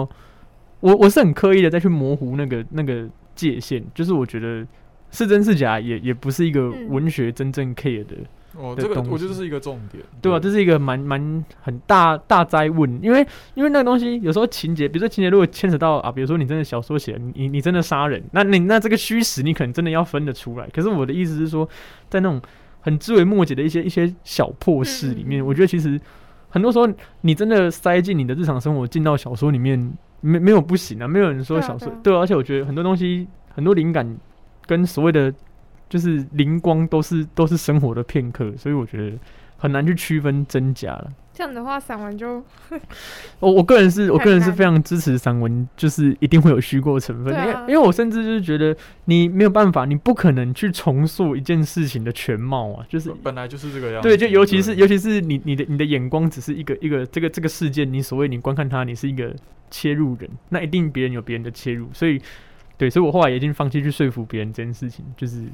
[SPEAKER 1] 我我是很刻意的再去模糊那个那个界限，就是我觉得是真是假也也不是一个
[SPEAKER 2] 嗯
[SPEAKER 1] 文学真正 care 的，
[SPEAKER 3] 哦，
[SPEAKER 1] 的
[SPEAKER 3] 这个
[SPEAKER 1] 东
[SPEAKER 3] 我觉得
[SPEAKER 1] 西
[SPEAKER 3] 这是一个重点，
[SPEAKER 1] 对吧、啊这是一个蛮蛮很大大灾问，因为因为那个东西有时候情节，比如说情节如果牵扯到啊，比如说你真的小说写，你你你真的杀人，那你那这个虚实你可能真的要分得出来。可是我的意思是说，在那种很枝微末节的一些一些小破事里面，
[SPEAKER 2] 嗯嗯嗯
[SPEAKER 1] 我觉得其实很多时候你真的塞进你的日常生活，进到小说里面，没没有不行啊，没有人说
[SPEAKER 2] 对啊
[SPEAKER 1] 小说
[SPEAKER 2] 对啊
[SPEAKER 1] 对啊而且我觉得很多东西，很多灵感跟所谓的就是灵光都是都是生活的片刻，所以我觉得很难去区分真假了。
[SPEAKER 2] 这样的话，散文就
[SPEAKER 1] 我我个人是我
[SPEAKER 2] 很
[SPEAKER 1] 个人是
[SPEAKER 2] 难
[SPEAKER 1] 非常支持散文，就是一定会有虚构成分，
[SPEAKER 2] 对
[SPEAKER 1] 因为
[SPEAKER 2] 啊
[SPEAKER 1] 因为我甚至就是觉得你没有办法，你不可能去重塑一件事情的全貌啊，就是
[SPEAKER 3] 本本来就是这个样子。
[SPEAKER 1] 对，就尤其是
[SPEAKER 3] 对
[SPEAKER 1] 尤其是你你的你的眼光只是一个一个这个这个事件，你所谓你观看它，你是一个切入人，那一定别人有别人的切入，所以对，所以我后来也已经放弃去说服别人这件事情，就是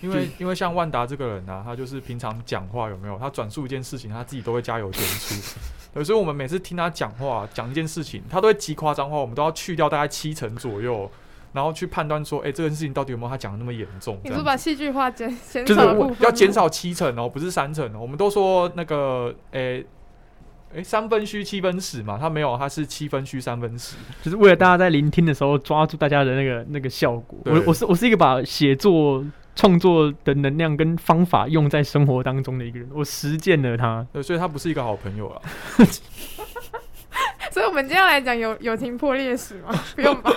[SPEAKER 3] 因为因为像万达这个人啊，他就是平常讲话有没有？他转述一件事情，他自己都会加油添醋。对，所以我们每次听他讲话，讲一件事情，他都会极夸张化，我们都要去掉大概七成左右，然后去判断说，哎、这件事情到底有没有他讲的那么严重？
[SPEAKER 2] 你
[SPEAKER 3] 这
[SPEAKER 2] 是
[SPEAKER 3] 样
[SPEAKER 2] 不是把戏剧化减减
[SPEAKER 1] 就是
[SPEAKER 2] 少的部
[SPEAKER 1] 我
[SPEAKER 2] 分
[SPEAKER 3] 要减少七成哦，不是三成哦。我们都说那个，诶、诶、三分虚七分实嘛，他没有，他是七分虚三分实。
[SPEAKER 1] 就是为了大家在聆听的时候抓住大家的那个那个效果。我
[SPEAKER 3] 对
[SPEAKER 1] 我是我是一个把写作创作的能量跟方法用在生活当中的一个人，我实践了它。
[SPEAKER 3] 对，所以他不是一个好朋友啦。啊
[SPEAKER 2] 所以我们今天要来讲友友情破裂史吗？不用吧，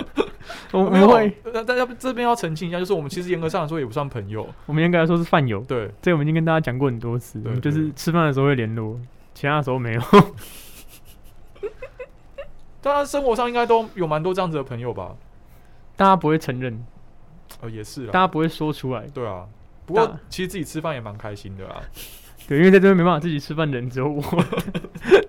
[SPEAKER 1] 我
[SPEAKER 3] 没
[SPEAKER 1] 们
[SPEAKER 3] 有
[SPEAKER 1] 会，，
[SPEAKER 3] 那大家这边要澄清一下，就是我们其实严格上来说也不算朋友。
[SPEAKER 1] 我们应该来说是饭友，
[SPEAKER 3] 对，
[SPEAKER 1] 这个我们已经跟大家讲过很多次，
[SPEAKER 3] 对
[SPEAKER 1] 我们就是
[SPEAKER 3] 对
[SPEAKER 1] 吃饭的时候会联络，其他的时候没有。
[SPEAKER 3] 大家啊生活上应该都有蛮多这样子的朋友吧？
[SPEAKER 1] 大家不会承认，
[SPEAKER 3] 呃，也是
[SPEAKER 1] 大
[SPEAKER 3] 啦。
[SPEAKER 1] 家不会说出来，
[SPEAKER 3] 对啊，不过
[SPEAKER 1] 大
[SPEAKER 3] 其实自己吃饭也蛮开心的 啊。
[SPEAKER 1] 对，因为在这边没办法自己吃饭的人只有我。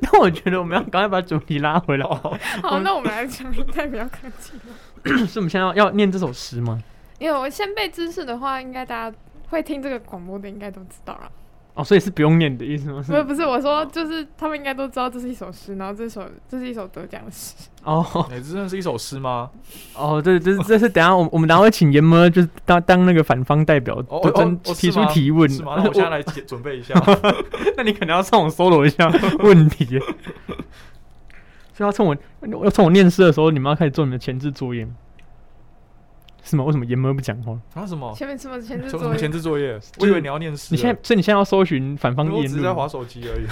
[SPEAKER 1] 但我觉得我们要赶快把主题拉回来，
[SPEAKER 3] 哦
[SPEAKER 2] 好，那我们来讲应该比较客气。
[SPEAKER 1] 是我们现在要要念这首诗吗？
[SPEAKER 2] 因为我先辈知识的话，应该大家会听这个广播的，应该都知道啦。
[SPEAKER 1] 哦，所以是不用念的意思吗？是
[SPEAKER 2] 不是不是，我说就是他们应该都知道这是一首诗，然后这首这是一首得奖的诗。
[SPEAKER 1] 哦
[SPEAKER 3] 哎、这真的是一首诗吗？
[SPEAKER 1] 哦，对，这是这是等一下我们我们等一下会请严妈就是当当那个反方代表，
[SPEAKER 3] 哦
[SPEAKER 1] 就
[SPEAKER 3] 哦
[SPEAKER 1] 真
[SPEAKER 3] 哦是
[SPEAKER 1] 提出
[SPEAKER 3] 吗
[SPEAKER 1] 提问。
[SPEAKER 3] 是吗？那我现在来解准备一下。
[SPEAKER 1] 那你可能要上网搜罗一 下问题耶。所以要趁我要趁我念诗的时候，你们要开始做你们的前置作业吗，是吗？为什么严妈不讲话？
[SPEAKER 3] 啊什么？
[SPEAKER 2] 前面什么前置
[SPEAKER 3] 什么什
[SPEAKER 2] 作
[SPEAKER 3] 么前
[SPEAKER 2] 业？
[SPEAKER 3] 置作业？
[SPEAKER 1] 是
[SPEAKER 3] 我以为你要念诗。
[SPEAKER 1] 你现在，所以你现在要搜寻反方
[SPEAKER 3] 因为啊我
[SPEAKER 1] 言
[SPEAKER 3] 只是在划
[SPEAKER 1] 论，
[SPEAKER 3] 手机而已。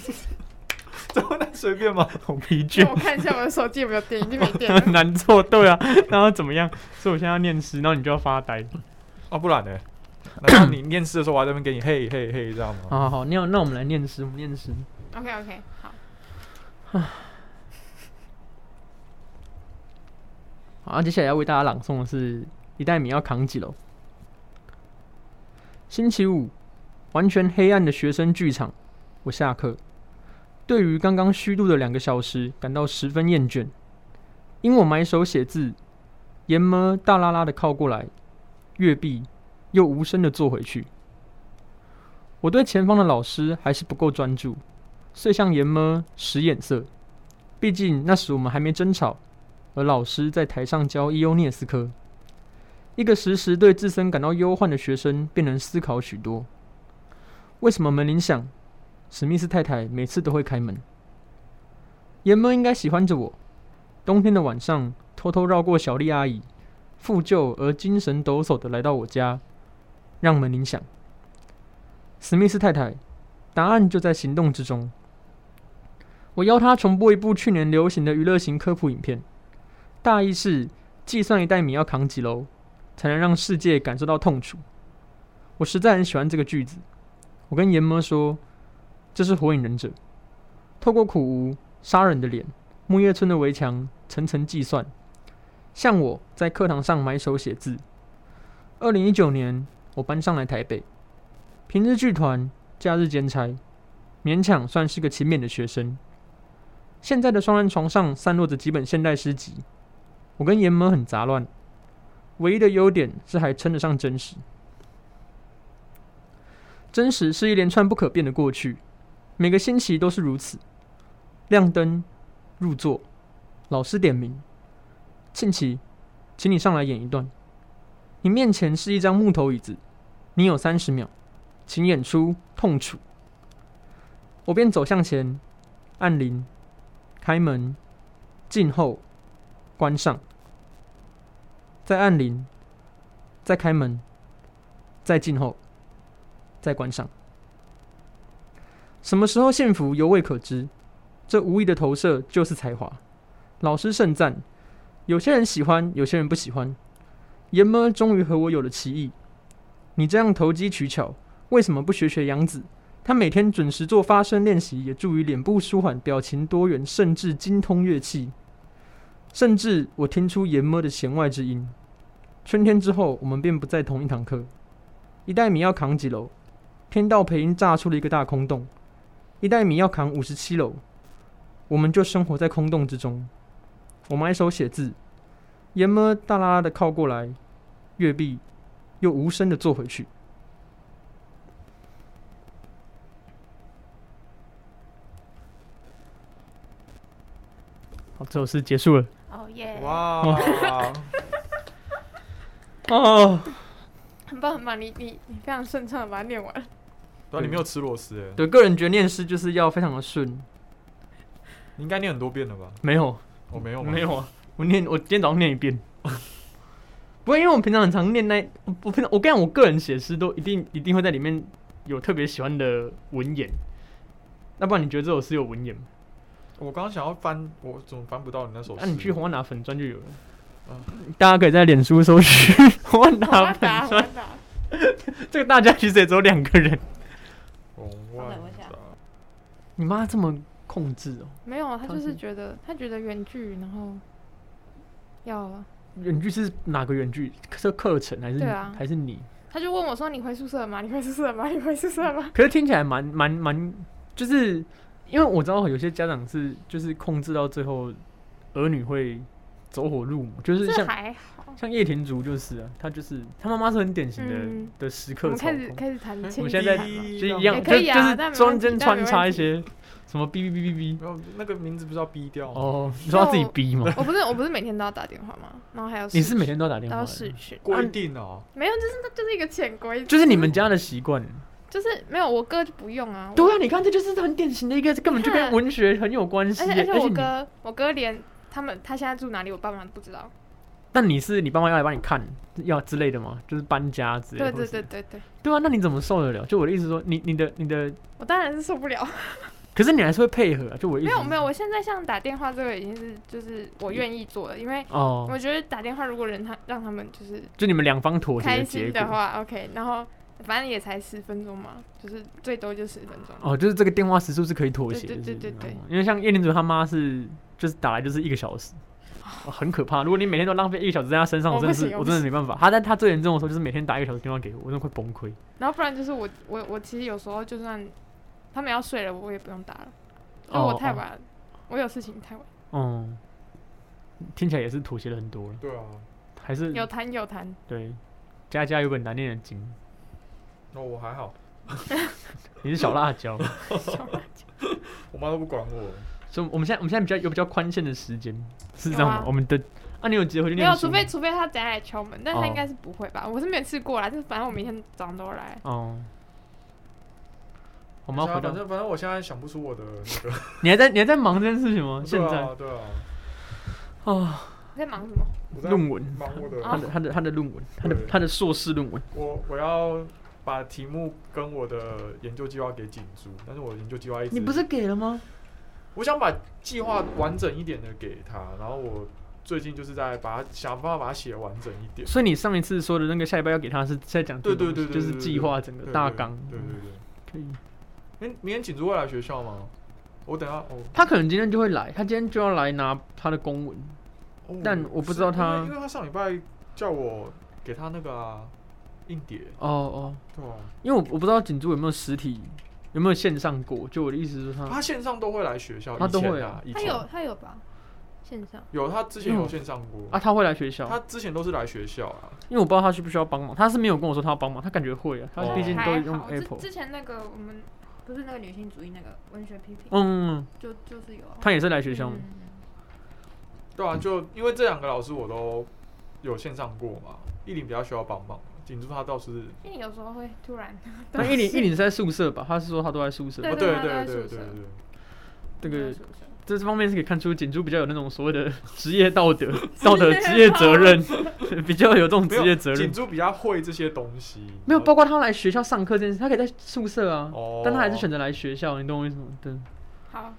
[SPEAKER 3] 怎么能随便吗？
[SPEAKER 1] 好疲倦。
[SPEAKER 2] 让。我看一下我的手机有没有电，已经没电了
[SPEAKER 1] 难做，对啊，然后怎么样？所以我现在要念诗，然后你就要发呆。
[SPEAKER 3] 啊，不然 呢？难道你念诗的时候，我还在那边给你嘿嘿嘿，这样吗？
[SPEAKER 1] 好好好，那那我们来念诗，我们念诗。
[SPEAKER 2] OK OK，好，
[SPEAKER 1] 好，那接下来要为大家朗诵的是一袋米要扛几楼。星期五，完全黑暗的学生剧场，我下课。对于刚刚虚度的两个小时感到十分厌倦，因我埋首写字，研么大拉拉的靠过来，越壁又无声的坐回去。我对前方的老师还是不够专注，遂向研么使眼色。毕竟那时我们还没争吵，而老师在台上教伊欧涅斯科。一个时时对自身感到忧患的学生，便能思考许多。为什么门铃响？史密斯太太每次都会开门。爷们应该喜欢着我。冬天的晚上，偷偷绕过小丽阿姨，负疚而精神抖擞地来到我家，让门铃响。史密斯太太，答案就在行动之中。我邀她重播一部去年流行的娱乐型科普影片。大意是计算一袋米要扛几楼，才能让世界感受到痛楚。我实在很喜欢这个句子。我跟研磨说，这是《火影忍者》，透过苦无杀人的脸、木叶村的围墙层层计算，像我在课堂上埋手写字。二零一九年，我搬上来台北，平日剧团，假日兼差，勉强算是个勤勉的学生。现在的双人床上散落着几本现代诗集，我跟研磨很杂乱，唯一的优点是还称得上真实。真实是一连串不可变的过去，每个星期都是如此。亮灯，入座，老师点名，庆奇，请你上来演一段。你面前是一张木头椅子，你有三十秒，请演出痛楚。我便走向前，按铃，开门，静候，关上，再按铃，再开门，再静候，再关上。什么时候幸福犹未可知，这无意的投射就是才华。老师盛赞，有些人喜欢，有些人不喜欢。爷们终于和我有了歧义。你这样投机取巧，为什么不学学杨子？他每天准时做发声练习，也助于脸部舒缓、表情多元，甚至精通乐器。甚至我听出研磨的弦外之音。春天之后，我们便不在同一堂课。一袋米要扛几楼？天道配音炸出了一个大空洞。一袋米要扛五十七楼，我们就生活在空洞之中。我埋手写字，
[SPEAKER 4] 盐么大拉拉的靠过来，月碧又无声的坐回去。
[SPEAKER 1] 好，这首诗结束了。
[SPEAKER 2] 哦
[SPEAKER 1] 啊
[SPEAKER 2] 耶，
[SPEAKER 3] 哇，
[SPEAKER 4] 哦，
[SPEAKER 2] 很棒很棒，你你你非常顺畅的把它念完。
[SPEAKER 3] 对啊，你没有吃螺丝哎，
[SPEAKER 4] 对，个人觉得念诗就是要非常的顺，
[SPEAKER 3] 你应该念很多遍了吧？
[SPEAKER 4] 没有
[SPEAKER 3] 我没有吗，
[SPEAKER 4] 没有啊，我念我今天早上念一遍。 不过因为我们平常很常念那，我我平常我跟你讲，我个人写诗都一定一定会在里面有特别喜欢的文眼。那不然你觉得这首诗有文眼吗？
[SPEAKER 3] 我刚刚想要翻，我怎么翻不到你那首
[SPEAKER 4] 那、
[SPEAKER 1] 啊
[SPEAKER 3] 诗？
[SPEAKER 4] 啊你去红安拿粉砖就有了
[SPEAKER 3] 啊。
[SPEAKER 4] 大家可以在脸书搜寻 红安拿
[SPEAKER 2] 完
[SPEAKER 4] 粉
[SPEAKER 2] 打
[SPEAKER 4] 砖，
[SPEAKER 2] 完打，
[SPEAKER 4] 这个大家其实也只有两个人。
[SPEAKER 3] 红
[SPEAKER 2] 稍等
[SPEAKER 3] 万
[SPEAKER 2] 我一下
[SPEAKER 3] 丈
[SPEAKER 4] 你妈这么控制哦、
[SPEAKER 2] 没有啊，他
[SPEAKER 4] 他
[SPEAKER 2] 就是
[SPEAKER 4] 是
[SPEAKER 2] 觉得他觉得远距，然后要，啊
[SPEAKER 1] 远距是哪个远距？是课程还是你、
[SPEAKER 2] 对啊
[SPEAKER 1] 还是你？
[SPEAKER 2] 他就问我说：“你回宿舍了吗？你回宿舍了吗？你 回宿舍了吗
[SPEAKER 1] 可是听起来蛮蛮蛮，就是因为我知道有些家长是就是控制到最后，儿女会走火入魔，就？”是
[SPEAKER 2] 这
[SPEAKER 1] 像
[SPEAKER 2] 还好。
[SPEAKER 1] 像叶婷竹就是啊，她就是她妈妈是很典型的、
[SPEAKER 2] 嗯
[SPEAKER 1] 的时
[SPEAKER 2] 我
[SPEAKER 1] 刻
[SPEAKER 2] 们
[SPEAKER 1] 操
[SPEAKER 2] 开始
[SPEAKER 1] 控，
[SPEAKER 2] 开始谈
[SPEAKER 1] 我
[SPEAKER 2] 情
[SPEAKER 1] 们
[SPEAKER 2] 敌
[SPEAKER 1] 现在
[SPEAKER 2] 了
[SPEAKER 3] 滴
[SPEAKER 1] 就一样，
[SPEAKER 2] 也
[SPEAKER 1] 就
[SPEAKER 2] 可以啊
[SPEAKER 1] 就是
[SPEAKER 2] 但没
[SPEAKER 1] 中
[SPEAKER 2] 问题
[SPEAKER 1] 间
[SPEAKER 2] 但没
[SPEAKER 1] 穿插
[SPEAKER 2] 问
[SPEAKER 1] 一
[SPEAKER 2] 题
[SPEAKER 1] 些什么哔哔哔哔哔。
[SPEAKER 3] 没有那个名字不是要逼掉吗？
[SPEAKER 1] 哦，你说他自己逼吗？
[SPEAKER 2] 我不是我不是每天都要打电话吗？然后还有
[SPEAKER 1] 你
[SPEAKER 2] 视
[SPEAKER 1] 是每天都要打电
[SPEAKER 2] 都
[SPEAKER 1] 话
[SPEAKER 2] 要
[SPEAKER 1] 的？
[SPEAKER 2] 视讯，
[SPEAKER 3] 规定哦，
[SPEAKER 2] 没有，就是那就是一个潜规则，
[SPEAKER 1] 就是你们家的习惯。
[SPEAKER 2] 哦就是没有我哥就不用啊。我
[SPEAKER 1] 对啊，你看这就是很典型的一个，这根本就 跟文学很有关系
[SPEAKER 2] 而
[SPEAKER 1] 耶。
[SPEAKER 2] 且而且我
[SPEAKER 1] 你，
[SPEAKER 2] 哥我哥连他们他现在住哪里，我爸妈都不知道。
[SPEAKER 1] 那你是你爸妈要来帮你看要之类的吗？就是搬家之类的。
[SPEAKER 2] 对
[SPEAKER 1] 或
[SPEAKER 2] 对
[SPEAKER 1] 是
[SPEAKER 2] 对。对对，
[SPEAKER 1] 对啊，那你怎么受得了？就我的意思说，你你的你的，
[SPEAKER 2] 我当然是受不了。
[SPEAKER 1] 可是你还是会配合啊。就我的意
[SPEAKER 2] 没
[SPEAKER 1] 思
[SPEAKER 2] 有
[SPEAKER 1] 是
[SPEAKER 2] 没有，我现在像打电话这个已经是就是我愿意做的，因为
[SPEAKER 1] 嗯哦，
[SPEAKER 2] 我觉得打电话如果人他让他们就是
[SPEAKER 1] 就你们两方妥协
[SPEAKER 2] 开
[SPEAKER 1] 结
[SPEAKER 2] 心的
[SPEAKER 1] 果。
[SPEAKER 2] 话，OK，然后反正也才十分钟嘛，就是最多就十分钟。
[SPEAKER 1] 哦，就是这个电话时速是可以妥协的。
[SPEAKER 2] 对对
[SPEAKER 1] 是
[SPEAKER 2] 对对对
[SPEAKER 1] 哦因为像叶林主他妈是，就是打来就是一个小 时。哦很可怕！如果你每天都浪费一个小时在他身上，
[SPEAKER 2] 我
[SPEAKER 1] 我真的
[SPEAKER 2] 不行
[SPEAKER 1] 是
[SPEAKER 2] 我
[SPEAKER 1] 我
[SPEAKER 2] 不
[SPEAKER 1] 真的没办法。他在他最严重的时候，就是每天打一个小时电话给我，我真的会崩溃。
[SPEAKER 2] 然后不然就是我我我其实有时候就算他们要睡了，我也不用打了，因为
[SPEAKER 1] 哦
[SPEAKER 2] 我太
[SPEAKER 1] 哦
[SPEAKER 2] 晚了，我有事情太晚，
[SPEAKER 1] 哦、 听起来也是妥协了很多了，
[SPEAKER 3] 对啊，
[SPEAKER 1] 还是
[SPEAKER 2] 有谈 有谈。
[SPEAKER 1] 对。家家有本难念的经，
[SPEAKER 3] 那我还好，
[SPEAKER 1] 你是小辣 椒，
[SPEAKER 3] 我妈都不管我，
[SPEAKER 1] 所以我们现在我们现在比较有比较宽限的时间，是这
[SPEAKER 2] 有
[SPEAKER 1] 样
[SPEAKER 2] 啊
[SPEAKER 1] 吗？我们的啊，你有直接回去
[SPEAKER 2] 没
[SPEAKER 1] 念
[SPEAKER 2] 有，
[SPEAKER 1] 书
[SPEAKER 2] 除
[SPEAKER 1] 吗
[SPEAKER 2] 非除非他等下来敲门，但他
[SPEAKER 1] 哦
[SPEAKER 2] 应该是不会吧？我是没有试过啦，就是反正我每天早上都来。
[SPEAKER 1] 哦，我
[SPEAKER 3] 我
[SPEAKER 1] 们要回到
[SPEAKER 3] 啊反正反正我现在想不出我的那个，
[SPEAKER 1] 你还在你还在忙这件事情吗？ 现
[SPEAKER 3] 对
[SPEAKER 1] 在
[SPEAKER 3] 啊对啊，
[SPEAKER 1] 啊，
[SPEAKER 2] 你在忙什么？
[SPEAKER 3] 我在
[SPEAKER 1] 论文，
[SPEAKER 3] 忙我
[SPEAKER 1] 他
[SPEAKER 3] 的，
[SPEAKER 1] 的他的他的论文，他的
[SPEAKER 3] 对
[SPEAKER 1] 他的硕士论文，
[SPEAKER 3] 我我要把题目跟我的研究计划给锦珠，但是我的研究计划一直
[SPEAKER 1] 你不是给了吗？
[SPEAKER 3] 我想把计划完整一点的给他，然后我最近就是在把它想办法把它写完整一点。
[SPEAKER 1] 所以你上一次说的那个下一拜要给他是在讲这个
[SPEAKER 3] 对
[SPEAKER 1] 东
[SPEAKER 3] 对
[SPEAKER 1] 西，
[SPEAKER 3] 对对，
[SPEAKER 1] 就是
[SPEAKER 3] 对
[SPEAKER 1] 计划整个
[SPEAKER 3] 对
[SPEAKER 1] 大
[SPEAKER 3] 对
[SPEAKER 1] 纲，
[SPEAKER 3] 对对对。
[SPEAKER 1] 可以。
[SPEAKER 3] 明明天锦珠会来学校吗？我等下哦
[SPEAKER 4] 他可能今天就会来，他今天就要来拿他的公文。
[SPEAKER 3] 哦，
[SPEAKER 4] 但我不知道
[SPEAKER 3] 是因为
[SPEAKER 4] 他
[SPEAKER 3] 因为他上礼拜叫我给他那个啊硬碟，
[SPEAKER 4] 哦哦，
[SPEAKER 3] 对啊，
[SPEAKER 4] 因为我我不知道锦珠有没有实体，有没有线上过。就我的意思是说他，
[SPEAKER 3] 他线上都会来学校，
[SPEAKER 4] 嗯他
[SPEAKER 3] 以前
[SPEAKER 4] 都会
[SPEAKER 3] 啊
[SPEAKER 4] 啊，
[SPEAKER 3] 以
[SPEAKER 2] 他
[SPEAKER 3] 前
[SPEAKER 2] 有他有吧？线上
[SPEAKER 3] 有他之前有线上过
[SPEAKER 4] 啊，他会来学校，
[SPEAKER 3] 他之前都是来学校啊，
[SPEAKER 4] 因为我不知道他需不需要帮忙。他是没有跟我说他要帮忙，他感觉会啊，他
[SPEAKER 3] 哦
[SPEAKER 4] 毕竟都
[SPEAKER 2] 还
[SPEAKER 4] 用
[SPEAKER 2] 好。之
[SPEAKER 4] Apple。
[SPEAKER 2] 之前那个我们不是那个女性主义那个文学批评，
[SPEAKER 4] 嗯，
[SPEAKER 2] 就就是有啊
[SPEAKER 4] 他也是来学校吗
[SPEAKER 2] 嗯？嗯嗯
[SPEAKER 3] 对
[SPEAKER 4] 嗯
[SPEAKER 3] 啊，就因为这两个老师我都有线上过嘛，一林比较需要帮忙，锦珠他倒是
[SPEAKER 2] 因为有时候会突然都
[SPEAKER 4] 那
[SPEAKER 2] 是，
[SPEAKER 4] 一林一林是在宿舍吧？他是说他都在宿舍
[SPEAKER 2] 对。
[SPEAKER 3] 哦
[SPEAKER 2] 对
[SPEAKER 3] 对
[SPEAKER 2] 他
[SPEAKER 3] 对
[SPEAKER 2] 都在
[SPEAKER 3] 对对
[SPEAKER 2] 宿舍
[SPEAKER 3] 对。
[SPEAKER 4] 这
[SPEAKER 2] 都
[SPEAKER 4] 个
[SPEAKER 2] 在宿舍
[SPEAKER 4] 这方面是可以看出锦珠比较有那种所谓的职业 道德、道德、职业责任，比较有这种
[SPEAKER 3] 没
[SPEAKER 4] 职
[SPEAKER 3] 有
[SPEAKER 4] 业责
[SPEAKER 3] 锦
[SPEAKER 4] 任。
[SPEAKER 3] 珠比较会这些东西，
[SPEAKER 4] 没
[SPEAKER 3] 然
[SPEAKER 4] 有，
[SPEAKER 3] 后
[SPEAKER 4] 包括他来学校上课这件事，他可以在宿舍啊，
[SPEAKER 3] 哦
[SPEAKER 4] 但他还是选择来学校，你懂我意思吗？对，
[SPEAKER 2] 好，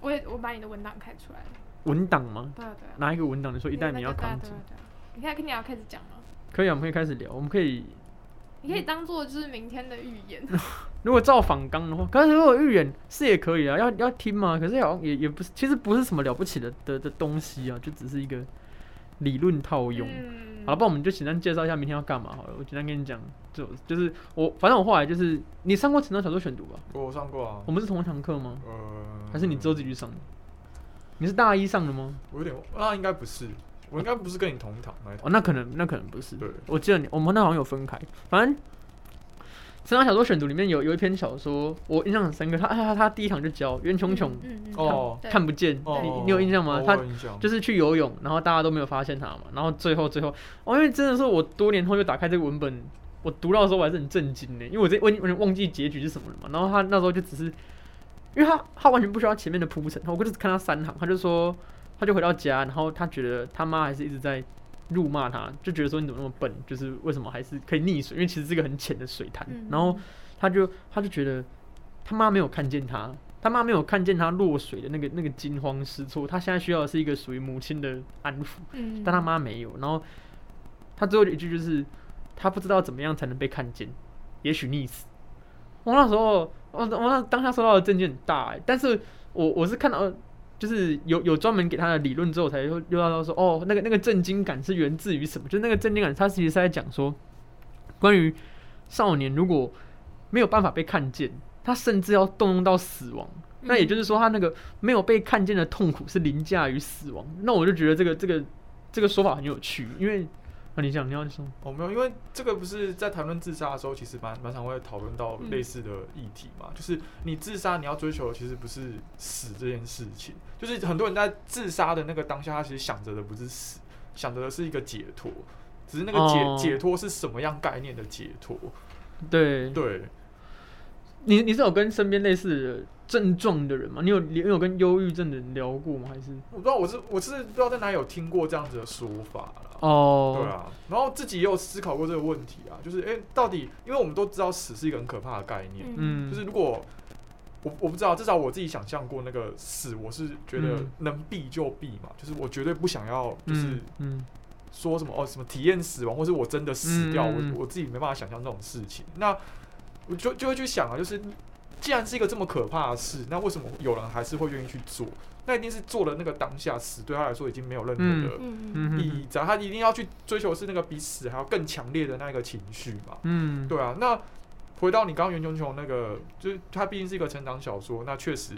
[SPEAKER 2] 我也我把你的文档开出来了。
[SPEAKER 1] 文档吗？
[SPEAKER 2] 对啊对啊。
[SPEAKER 1] 拿一个文档你说一代米
[SPEAKER 2] 你
[SPEAKER 1] 要扛
[SPEAKER 2] 对
[SPEAKER 1] 着
[SPEAKER 2] 啊，对啊。你看，你要开始讲了，
[SPEAKER 4] 可以啊，我们可以开始聊，我们可以
[SPEAKER 2] 你可以当做就是明天的预言。
[SPEAKER 4] 如果照仿纲的话，刚才如果预演是也可以啊，要要听嘛。可是好像也也不是，其实不是什么了不起的的的东西啊，就只是一个理论套用。
[SPEAKER 2] 嗯
[SPEAKER 4] 好了，不然我们就简单介绍一下明天要干嘛好了。我简单跟你讲，就就是我，反正我后来就是你上过成长小说选读吧？
[SPEAKER 3] 我上过啊
[SPEAKER 4] 我，们是同一堂课吗？
[SPEAKER 3] 呃，
[SPEAKER 4] 还是你只有自己去上的？你是大一上的吗？
[SPEAKER 3] 我有点忘，那应该不是，我应该不是跟你同一堂那一堂。
[SPEAKER 1] 哦，那可能那可能不是。
[SPEAKER 3] 对
[SPEAKER 1] 我记得你我们那好像有分开，反正。三大小说选读里面有有一篇小说，我印象很深刻。他他他第一堂就教袁琼琼
[SPEAKER 2] 嗯嗯
[SPEAKER 3] 哦
[SPEAKER 2] 对
[SPEAKER 1] 看不见，
[SPEAKER 3] 哦
[SPEAKER 1] 你你有印象吗？
[SPEAKER 3] 哦
[SPEAKER 1] 他
[SPEAKER 3] 我有印象
[SPEAKER 1] 就是去游泳，然后大家都没有发现他嘛，然后最后最后，哦，因为真的是我多年后又打开这个文本，我读到的时候我还是很震惊的，因为我这我已经我已经忘记结局是什么了嘛，然后他那时候就只是，因为他他完全不需要前面的铺陈，我就只看他三行，他就说他就回到家，然后他觉得他妈还是一直在辱骂他，就觉得说你怎么那么笨，就是为什么还是可以溺水，因为其实是一个很浅的水潭，
[SPEAKER 2] 嗯
[SPEAKER 1] 哦然后他就他就觉得他妈没有看见他，他妈没有看见他落水的那个那个惊慌失措，他现在需要的是一个属于母亲的安抚，
[SPEAKER 2] 嗯
[SPEAKER 1] 但他妈没有。然后他最后一句就是他不知道怎么样才能被看见，也许溺死。我那时候，我我那当下受到的震惊很大、欸，但是我我是看到。就是有有专门给他的理论之后，才又又要到说哦，那个那个震惊感是源自于什么？就是那个震惊感，他其实是在讲说，关于少年如果没有办法被看见，他甚至要动用到死亡。那
[SPEAKER 3] 嗯
[SPEAKER 1] 也就是说，他那个没有被看见的痛苦是凌驾于死亡。那我就觉得这个这个这个说法很有趣，因为啊，你讲你要说，
[SPEAKER 3] 哦，没有，因为这个不是在谈论自杀的时候，其实蛮蛮常会讨论到类似的议题嘛，就是你自杀你要追求的其实不是死这件事情，就是很多人在自杀的那个当下，他其实想着的不是死，想着的是一个解脱，只是那个解、
[SPEAKER 1] 哦
[SPEAKER 3] 解脱是什么样概念的解脱？
[SPEAKER 1] 对，
[SPEAKER 3] 对，
[SPEAKER 1] 你你是有跟身边类似的症状的人吗？你有你有跟忧郁症的人聊过吗？还是
[SPEAKER 3] 我不知道我是我是不知道在哪里有听过这样子的说法啦。
[SPEAKER 1] 哦，
[SPEAKER 3] 对啊，然后自己也有思考过这个问题啊，就是哎、诶到底，因为我们都知道死是一个很可怕的概念，
[SPEAKER 1] 嗯，
[SPEAKER 3] 就是如果我我不知道，至少我自己想象过那个死，我是觉得
[SPEAKER 1] 嗯
[SPEAKER 3] 能避就避嘛，就是我绝对不想要，就是
[SPEAKER 1] 嗯
[SPEAKER 3] 说什么哦什么体验死亡，或是我真的死掉，
[SPEAKER 1] 嗯嗯嗯
[SPEAKER 3] 我我自己没办法想象这种事情。那我就就会去想啊，就是既然是一个这么可怕的事，那为什么有人还是会愿意去做？那一定是做了那个当下，死对他来说已经没有任何的
[SPEAKER 2] 嗯嗯
[SPEAKER 1] 嗯
[SPEAKER 3] 意
[SPEAKER 1] 嗯
[SPEAKER 3] 义，只要他一定要去追求的是那个比死还要更强烈的那一个情绪嘛。
[SPEAKER 1] 嗯，
[SPEAKER 3] 对啊，那回到你刚刚袁琼琼那个，就是它毕竟是一个成长小说，那确实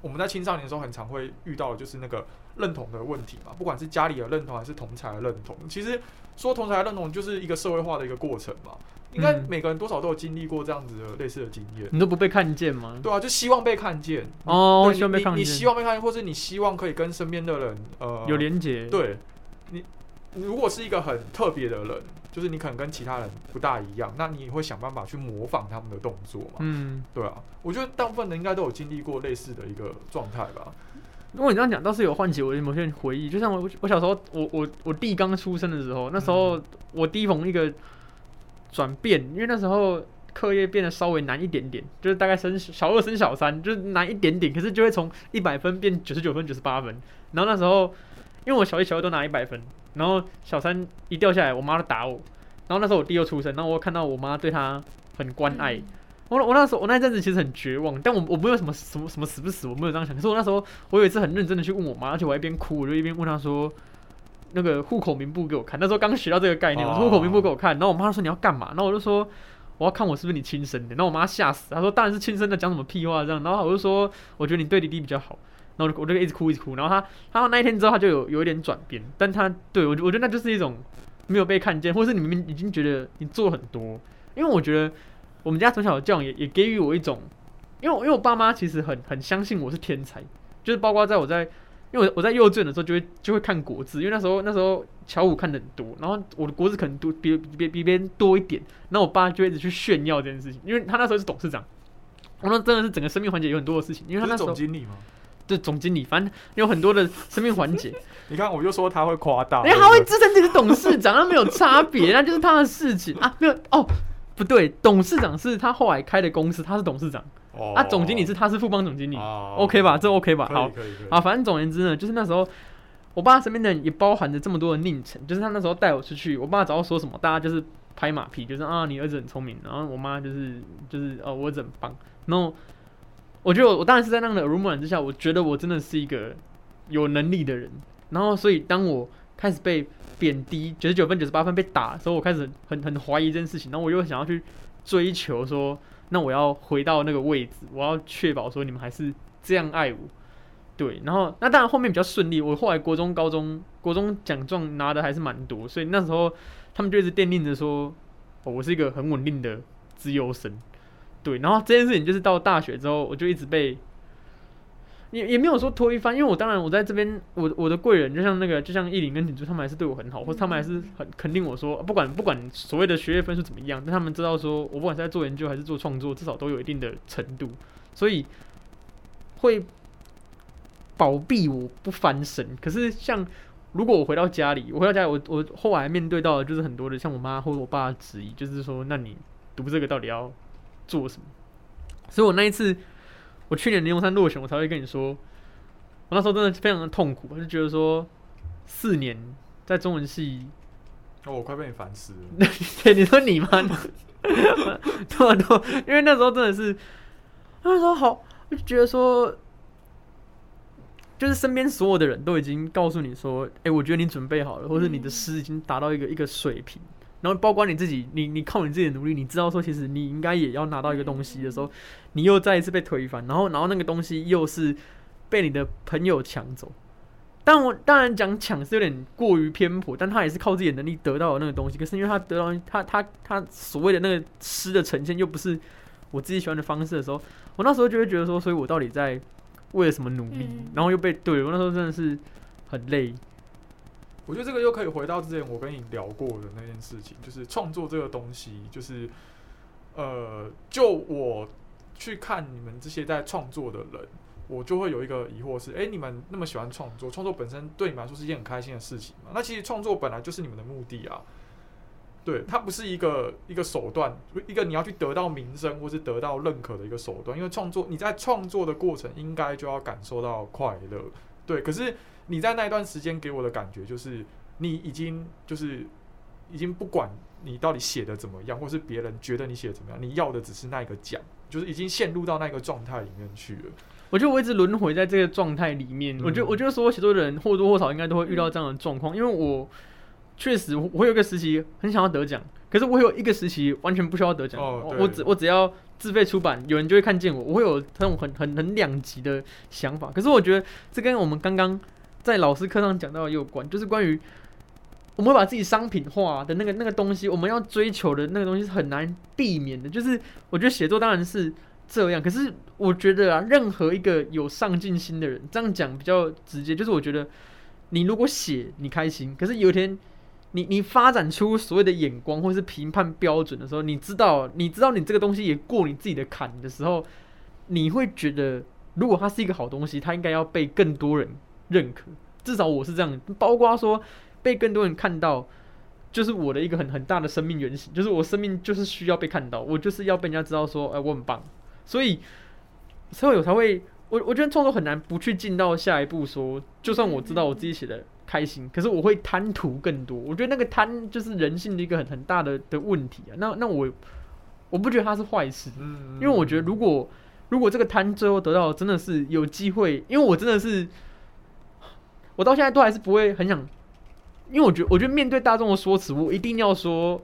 [SPEAKER 3] 我们在青少年的时候很常会遇到，就是那个认同的问题嘛，不管是家里的认同还是同才的认同，其实说同才的认同就是一个社会化的一个过程嘛，应该
[SPEAKER 1] 嗯
[SPEAKER 3] 每个人多少都有经历过这样子的类似的经验。
[SPEAKER 1] 你都不被看见吗？
[SPEAKER 3] 对啊，就希望被看见
[SPEAKER 1] 哦
[SPEAKER 3] 对
[SPEAKER 1] 希望被
[SPEAKER 3] 你
[SPEAKER 1] 看
[SPEAKER 3] 你
[SPEAKER 1] 见
[SPEAKER 3] 希望被看见，或是你希望可以跟身边的人呃
[SPEAKER 1] 有连结，，
[SPEAKER 3] 对你，你如果是一个很特别的人，就是你可能跟其他人不大一样，那你会想办法去模仿他们的动作嘛？
[SPEAKER 1] 嗯，
[SPEAKER 3] 对啊，我觉得大部分人应该都有经历过类似的一个状态吧。
[SPEAKER 1] 如果你这样讲，倒是有唤起我的某些回忆。就像我我小时候，我我我弟刚出生的时候，那时候我弟逢一个转变，因为那时候课业变得稍微难一点点，就是大概升小二升小三，就是难一点点，可是就会从一百分变九十九分、九十八分。然后那时候，因为我小一、小二都拿一百分，然后小三一掉下来，我妈就打我。然后那时候我弟又出生，然后我又看到我妈对他很关爱，我我那时候我那一阵子其实很绝望，但我我没有什么什么什么死不死，我没有这样想。可是我那时候我有一次很认真的去问我妈，而且我还一边哭，我就一边问她说，那个户口名簿给我看。那时候刚学到这个概念，我说
[SPEAKER 3] 哦
[SPEAKER 1] 户口名簿给我看。然后我妈说你要干嘛？然后我就说我要看我是不是你亲生的。然后我妈吓死，她说当然是亲生的，讲什么屁话这样。然后我就说我觉得你对弟弟比较好。然后我就我就一直哭一直哭。然后她她那一天之后她就有有一点转变，但她对我觉我觉得那就是一种没有被看见，或是你明明已经觉得你做很多，因为我觉得。我们家从小的教养也也给予我一种，因为我因为我爸妈其实很很相信我是天才，就是包括在我在，因为我我在幼稚园的时候就会就会看国字，因为那时候那时候乔五看的很多，然后我的国字可能多比比比别人多一点，然后我爸就会一直去炫耀这件事情，因为他那时候是董事长，我那真的是整个生命环节有很多的事情，因为他
[SPEAKER 3] 不
[SPEAKER 1] 那时
[SPEAKER 3] 是
[SPEAKER 1] 候
[SPEAKER 3] 总经理吗？
[SPEAKER 1] 就总经理，反正有很多的生命环节，
[SPEAKER 3] 你看，我就说他会夸大，
[SPEAKER 1] 因为他会自称自己是董事长，那没有差别，那就是他的事情啊，没有哦。不对，董事长是他后来开的公司，他是董事长。
[SPEAKER 3] 哦
[SPEAKER 1] 啊，总经理是他是副帮总经理、
[SPEAKER 3] 哦
[SPEAKER 1] o k 吧？这 OK 吧？
[SPEAKER 3] 可以
[SPEAKER 1] 好，
[SPEAKER 3] 可以可以
[SPEAKER 1] 啊好，反正总而言之呢，就是那时候我爸身边的人也包含着这么多的佞臣，就是他那时候带我出去，我爸只要说什么，大家就是拍马屁，就是啊你儿子很聪明，然后我妈就是就是哦我儿子很棒，然后我觉得我我当然是在那样的耳濡目染之下，我觉得我真的是一个有能力的人，然后所以当我开始被贬低九十九分九十八分被打的时候，我开始很很很怀疑这件事情，然后我又想要去追求说，那我要回到那个位置，我要确保说你们还是这样爱我，对，然后那当然后面比较顺利，我后来国中、高中国中奖状拿的还是蛮多，所以那时候他们就一直奠定着说，哦，我是一个很稳定的资优生。对，然后这件事情就是到大学之后，我就一直被也也没有说推翻，因为我当然我在这边，我我的贵人就像那个就像艺林跟景珠，他们还是对我很好，或者他们还是很肯定我说，啊不管不管所谓的学业分数怎么样，但他们知道说我不管是在做研究还是做创作，至少都有一定的程度，所以会保庇我不翻身。可是像如果我回到家里，我回到家里，我我后来面对到的就是很多的像我妈或者我爸的质疑，就是说，那你读这个到底要做什么？所以我那一次，我去年年龙山落选，我才会跟你说，我那时候真的非常的痛苦，我就觉得说，四年在中文系，
[SPEAKER 3] 哦，我快被你烦死了。
[SPEAKER 1] 对，你说你吗？对啊对啊，因为那时候真的是，那时候好，我就觉得说，就是身边所有的人都已经告诉你说，哎、我觉得你准备好了，或者你的诗已经达到一个一个水平，然后包括你自己，你你靠你自己的努力，你知道说其实你应该也要拿到一个东西的时候，你又再一次被推翻，然后然后那个东西又是被你的朋友抢走。但我当然讲抢是有点过于偏颇，但他也是靠自己的能力得到的那个东西。可是因为他得到他他他所谓的那个诗的呈现又不是我自己喜欢的方式的时候，我那时候就会觉得说，所以我到底在为了什么努力？
[SPEAKER 4] 嗯
[SPEAKER 1] 然后又被对我那时候真的是很累。
[SPEAKER 3] 我觉得这个又可以回到之前我跟你聊过的那件事情，就是创作这个东西，就是呃，就我去看你们这些在创作的人，我就会有一个疑惑是：哎、你们那么喜欢创作，创作本身对你们来说是一件很开心的事情嘛？那其实创作本来就是你们的目的啊。对，它不是一个一个手段，一个你要去得到名声或是得到认可的一个手段。因为创作，你在创作的过程应该就要感受到快乐。对，可是你在那一段时间给我的感觉就是，你已经就是已经不管你到底写的怎么样，或是别人觉得你写的怎么样，你要的只是那一个奖，就是已经陷入到那个状态里面去了。
[SPEAKER 1] 我觉得我一直轮回在这个状态里面。我觉得，
[SPEAKER 3] 嗯
[SPEAKER 1] 我觉得所有写作的人或多或少应该都会遇到这样的状况，因为我确实我我有一个时期很想要得奖，可是我有一个时期完全不需要得奖，
[SPEAKER 3] 哦
[SPEAKER 1] 我
[SPEAKER 3] 对
[SPEAKER 1] 我只我只要自费出版，有人就会看见我，我会有那种很很很两极的想法。可是我觉得这跟我们刚刚在老师课上讲到的也有关，就是关于。我们会把自己商品化的那个那个东西，我们要追求的那个东西是很难避免的。就是我觉得写作当然是这样，可是我觉得啊，任何一个有上进心的人，这样讲比较直接，就是我觉得你如果写你开心，可是有一天你你发展出所谓的眼光或是评判标准的时候，你知道你知道你这个东西也过你自己的坎的时候，你会觉得如果它是一个好东西，它应该要被更多人认可。至少我是这样，包括说被更多人看到，就是我的一个很很大的生命原型，就是我生命就是需要被看到，我就是要被人家知道说，哎、我很棒。所以，所以我才会，我我觉得创作很难不去进到下一步说就算我知道我自己写的开心，可是我会贪图更多。我觉得那个贪就是人性的一个很很大的的问题啊。那那我我不觉得它是坏事，
[SPEAKER 3] 嗯，
[SPEAKER 1] 因为我觉得如果如果这个贪最后得到的真的是有机会，因为我真的是，我到现在都还是不会很想，因为我觉得我觉得面对大众的说辞，我一定要说，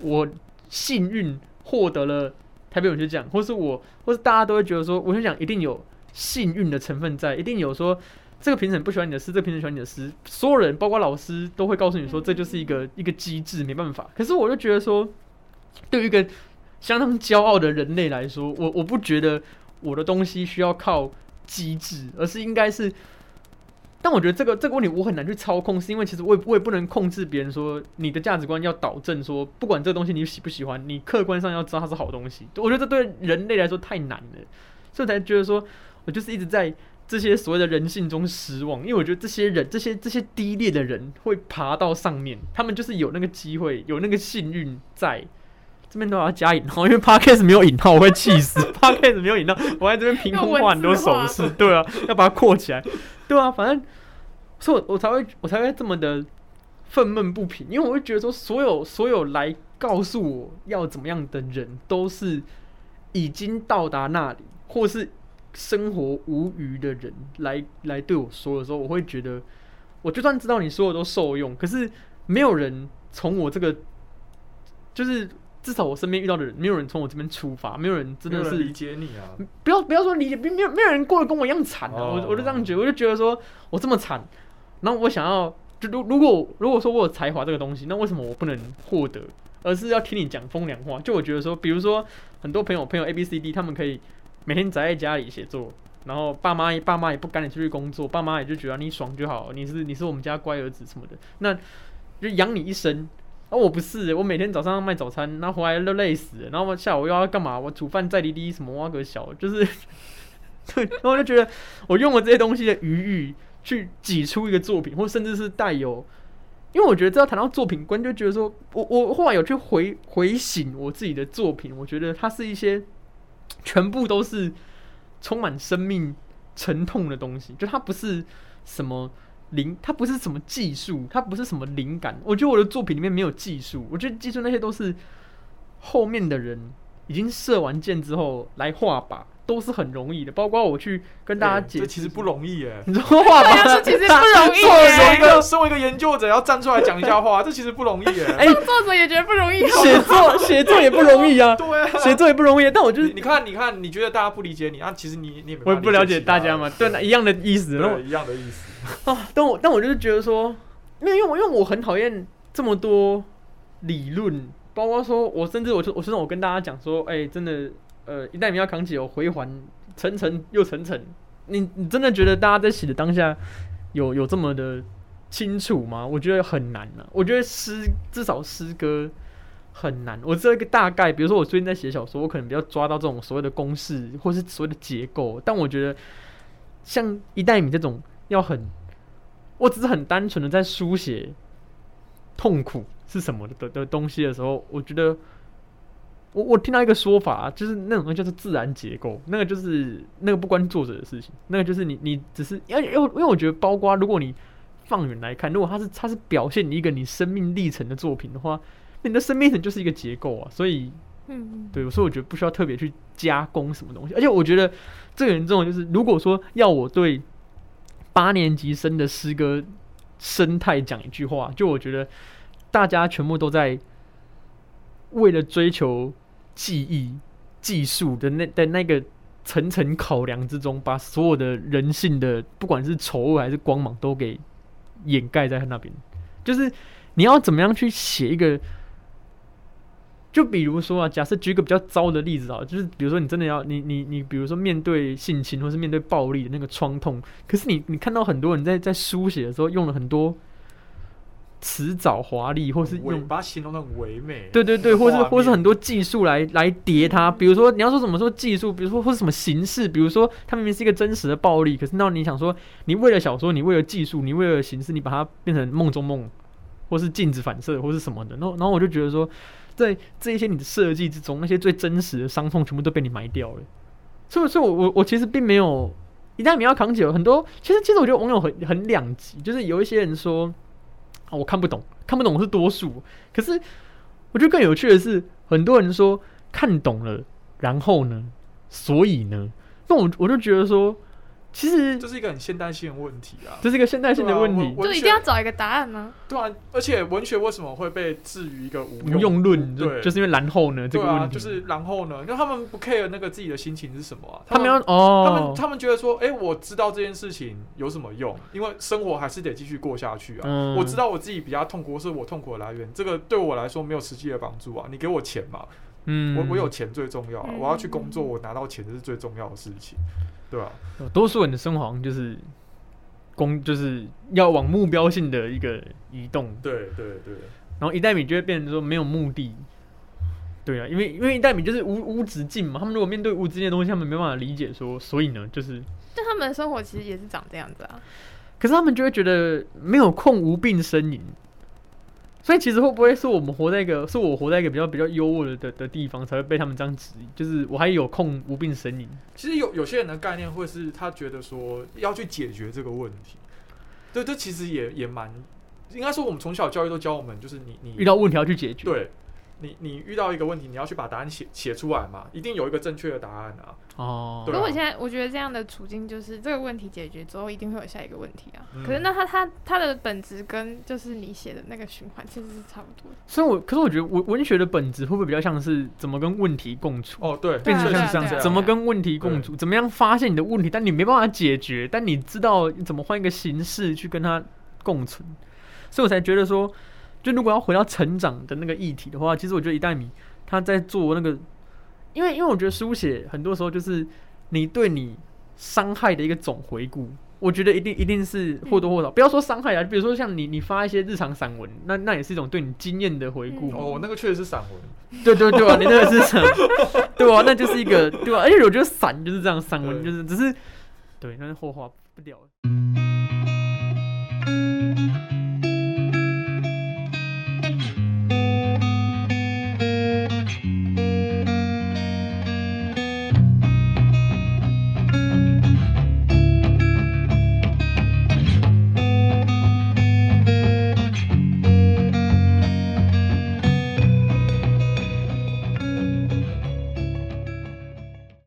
[SPEAKER 1] 我幸运获得了台北文学奖，或是我或是大家都会觉得说，文学奖一定有幸运的成分在，一定有说。这个评审不喜欢你的诗，这个评审喜欢你的诗，所有人，包括老师，都会告诉你说，这就是一个一个机制，没办法。可是我就觉得说，对于一个相当骄傲的人类来说，我我不觉得我的东西需要靠机制，而是应该是。但我觉得这个这个问题我很难去操控，是因为其实我也我也不能控制别人说你的价值观要导正说，不管这个东西你喜不喜欢，你客观上要知道它是好东西。我觉得这对人类来说太难了，所以我才觉得说我就是一直在这些所谓的人性中失望，因为我觉得这些人这些这些低劣的人会爬到上面，他们就是有那个机会，有那个幸运在，这边都要加引号，因为 podcast 没有引号，我会气死。podcast 没有引号，我在这边凭空画很多手势，对啊，要把它括起来，对啊，反正，所以我我才会我才会这么的愤懑不平，因为我会觉得说，所有所有来告诉我要怎么样的人，都是已经到达那里，或是生活无余的人来来对我说的时候，我会觉得，我就算知道你说的都受用，可是没有人从我这个，就是至少我身边遇到的人，没有人从我这边出发，没有人真
[SPEAKER 3] 没
[SPEAKER 1] 的
[SPEAKER 3] 有人
[SPEAKER 1] 是
[SPEAKER 3] 理解你啊，
[SPEAKER 1] 不要不要说理解，没没有没有人过得跟我一样惨啊！
[SPEAKER 3] 哦
[SPEAKER 1] 我我就这样觉得，我就觉得说我这么惨，然后我想要，就如如果如果说我有才华这个东西，那为什么我不能获得？而是要听你讲风凉话？就我觉得说，比如说很多朋友朋友 A B C D，他们可以每天宅在家里写作，然后爸妈爸妈也不赶你出去工作，爸妈也就觉得你爽就好，你是你是我们家乖儿子什么的，那就养你一生。啊，我不是，我每天早上卖早餐，然后回来都累死了，然后我下午又要干嘛？我煮饭再滴滴什么挖个小，就是 对，然后我就觉得我用我这些东西的余裕去挤出一个作品，或甚至是带有，因为我觉得这要谈到作品观，就觉得说我我后来有去回回醒我自己的作品，我觉得它是一些全部都是充满生命沉痛的东西，就它不是什么。灵，它不是什么技术，它不是什么灵感。我觉得我的作品里面没有技术，我觉得技术那些都是后面的人已经射完箭之后来画靶，都是很容易的。包括我去跟大家
[SPEAKER 3] 欸
[SPEAKER 1] 解释，
[SPEAKER 3] 这其实不 容易耶。
[SPEAKER 1] 你知道画
[SPEAKER 2] 对啊，
[SPEAKER 1] 吧？
[SPEAKER 2] 这其实不容易
[SPEAKER 3] 身为一
[SPEAKER 2] 耶。
[SPEAKER 3] 个身为一个研究者，要站出来讲一下话，这其实不容易耶。
[SPEAKER 1] 哎、
[SPEAKER 2] 作者也觉得 不容易，哦
[SPEAKER 1] 写作写作也不容易啊，
[SPEAKER 3] 对啊，
[SPEAKER 1] 写作也不容易、但我就是
[SPEAKER 3] 你你看，你看，你觉得大家不理解你啊？其实你你也没
[SPEAKER 1] 我
[SPEAKER 3] 办
[SPEAKER 1] 也
[SPEAKER 3] 法
[SPEAKER 1] 不了
[SPEAKER 3] 解
[SPEAKER 1] 解
[SPEAKER 3] 其他
[SPEAKER 1] 大
[SPEAKER 3] 人
[SPEAKER 1] 家嘛，对，啊那一样的意思。然后
[SPEAKER 3] 对，一样的意思。
[SPEAKER 1] 啊，但我但我就是觉得说，没有，因为我因为我很讨厌这么多理论，包括说我甚至我就我甚至我跟大家讲说，哎、真的，呃，一旦你要扛起有回环，层层又层层，你你真的觉得大家在写的当下有有这么的清楚吗？我觉得很难啊，我觉得诗至少诗歌。很难，我这个大概，比如说我最近在写小说，我可能比较抓到这种所谓的公式或是所谓的结构，但我觉得像一代米这种要很我只是很单纯的在书写痛苦是什么的的的东西的时候，我觉得我我听到一个说法啊、就是那种东西叫做自然结构，那个就是那个不关作者的事情，那个就是你你只是因为因为因为我觉得包括如果你放远来看，如果它是它是表现你一个你生命历程的作品的话，那你的生命历程就是一个结构啊，所以
[SPEAKER 2] 嗯，
[SPEAKER 1] 对，所以我觉得不需要特别去加工什么东西，而且我觉得最严重的就是，如果说要我对八年级生的诗歌生态讲一句话，就我觉得大家全部都在为了追求技艺、技术的那的那个层层考量之中，把所有的人性的不管是丑恶还是光芒都给掩盖在那边。就是你要怎么样去写一个，就比如说啊，假设举一个比较糟的例子啊，就是比如说你真的要你你你，比如说面对性侵或是面对暴力的那个创痛，可是你你看到很多人在在书写的时候用了很多辞藻华丽，或是
[SPEAKER 3] 我
[SPEAKER 1] 用
[SPEAKER 3] 把它形容的很唯美。
[SPEAKER 1] 对对对，或是
[SPEAKER 3] 画面嗯
[SPEAKER 1] 或是很多技术来来叠它，比如说你要说怎么说技术，比如说或是什么形式，比如说它明明是一个真实的暴力，可是那你想说，你为了小说，你为了技术，你为了形式，你把它变成梦中梦，或是镜子反射，或是什么的，然后然后我就觉得说，在这一些你的设计之中，那些最真实的伤痛全部都被你埋掉了，所以所以我我我其实并没有一旦你要扛久，很多其实其实我觉得网友很很两极，就是有一些人说啊我看不懂，看不懂是多数，可是我觉得更有趣的是，很多人说看懂了，然后呢，所以呢，那我我就觉得说，其实
[SPEAKER 3] 这是一个很现代性的问题啊。
[SPEAKER 1] 这是一个现代性的问题，
[SPEAKER 3] 我
[SPEAKER 2] 就一定要找一个答案呢。
[SPEAKER 3] 对啊，而且文学为什么会被置于一个无
[SPEAKER 1] 无用论就
[SPEAKER 3] 对，
[SPEAKER 1] 就是因为然后呢这
[SPEAKER 3] 对
[SPEAKER 1] 个问
[SPEAKER 3] 啊，
[SPEAKER 1] 题，
[SPEAKER 3] 就是然后呢，因为他们不 care 那个自己的心情是什么啊，
[SPEAKER 1] 他们要
[SPEAKER 3] 他们
[SPEAKER 1] 哦，
[SPEAKER 3] 他们觉得说，哎、我知道这件事情有什么用？因为生活还是得继续过下去啊。
[SPEAKER 1] 嗯
[SPEAKER 3] 我知道我自己比较痛苦，是我痛苦的来源，这个对我来说没有实际的帮助啊。你给我钱嘛，
[SPEAKER 1] 嗯
[SPEAKER 3] 我我有钱最重要、啊，
[SPEAKER 2] 嗯
[SPEAKER 3] 我要去工作，我拿到钱这是最重要的事情，对吧、
[SPEAKER 1] 多数人的生活好像就是工就是要往目标性的一个移动，
[SPEAKER 3] 对对对，
[SPEAKER 1] 然后一代米就会变成说没有目的。对啊，因为因为一代米就是无无止境嘛，他们如果面对无止境的东西，他们没办法理解说，所以呢，就是
[SPEAKER 2] 但他们的生活其实也是长这样子啊。
[SPEAKER 1] 可是他们就会觉得没有空无病呻吟，所以其实会不会是我们活在一个，是我活在一个比较比较优渥的的的地方，才会被他们这样质疑？就是我还有空无病呻吟，
[SPEAKER 3] 其实有有些人的概念会是他觉得说要去解决这个问题，对，这其实也也蛮，应该说我们从小教育都教我们，就是你你
[SPEAKER 1] 遇到问题要去解决。
[SPEAKER 3] 嗯对。你你遇到一个问题，你要去把答案写写出来嘛，一定有一个正确的答案啊。
[SPEAKER 1] 哦，
[SPEAKER 3] 对
[SPEAKER 2] 可
[SPEAKER 3] 啊
[SPEAKER 2] 我现在我觉得这样的处境就是这个问题解决之后，一定会有下一个问题啊。
[SPEAKER 3] 嗯
[SPEAKER 2] 可是那他他他的本质跟就是你写的那个循环其实是差不多的。
[SPEAKER 1] 所以我可是我觉得文文学的本质会不会比较像是怎么跟问题共处？
[SPEAKER 3] 哦，对，
[SPEAKER 2] 对
[SPEAKER 1] 变
[SPEAKER 2] 啊
[SPEAKER 1] 成
[SPEAKER 3] 确
[SPEAKER 1] 像
[SPEAKER 3] 实
[SPEAKER 1] 是这样子
[SPEAKER 2] 对啊，
[SPEAKER 1] 怎么跟问题共处？怎么样发现你的问题，但你没办法解决，但你知道怎么换一个形式去跟它共存，所以我才觉得说，就如果要回到成长的那个议题的话，其实我觉得一代米他在做那个，因为因为我觉得书写很多时候就是你对你伤害的一个总回顾。我觉得一定一定是或多或少，不要说伤害啊，比如说像你你发一些日常散文，那那也是一种对你经验的回顾嘛。
[SPEAKER 3] 哦，那个确实是散文，
[SPEAKER 1] 对对对啊，你那个是什 么？对啊，那就是一个对啊，而且我觉得散就是这样，散文就是只是对，那是后话不聊了。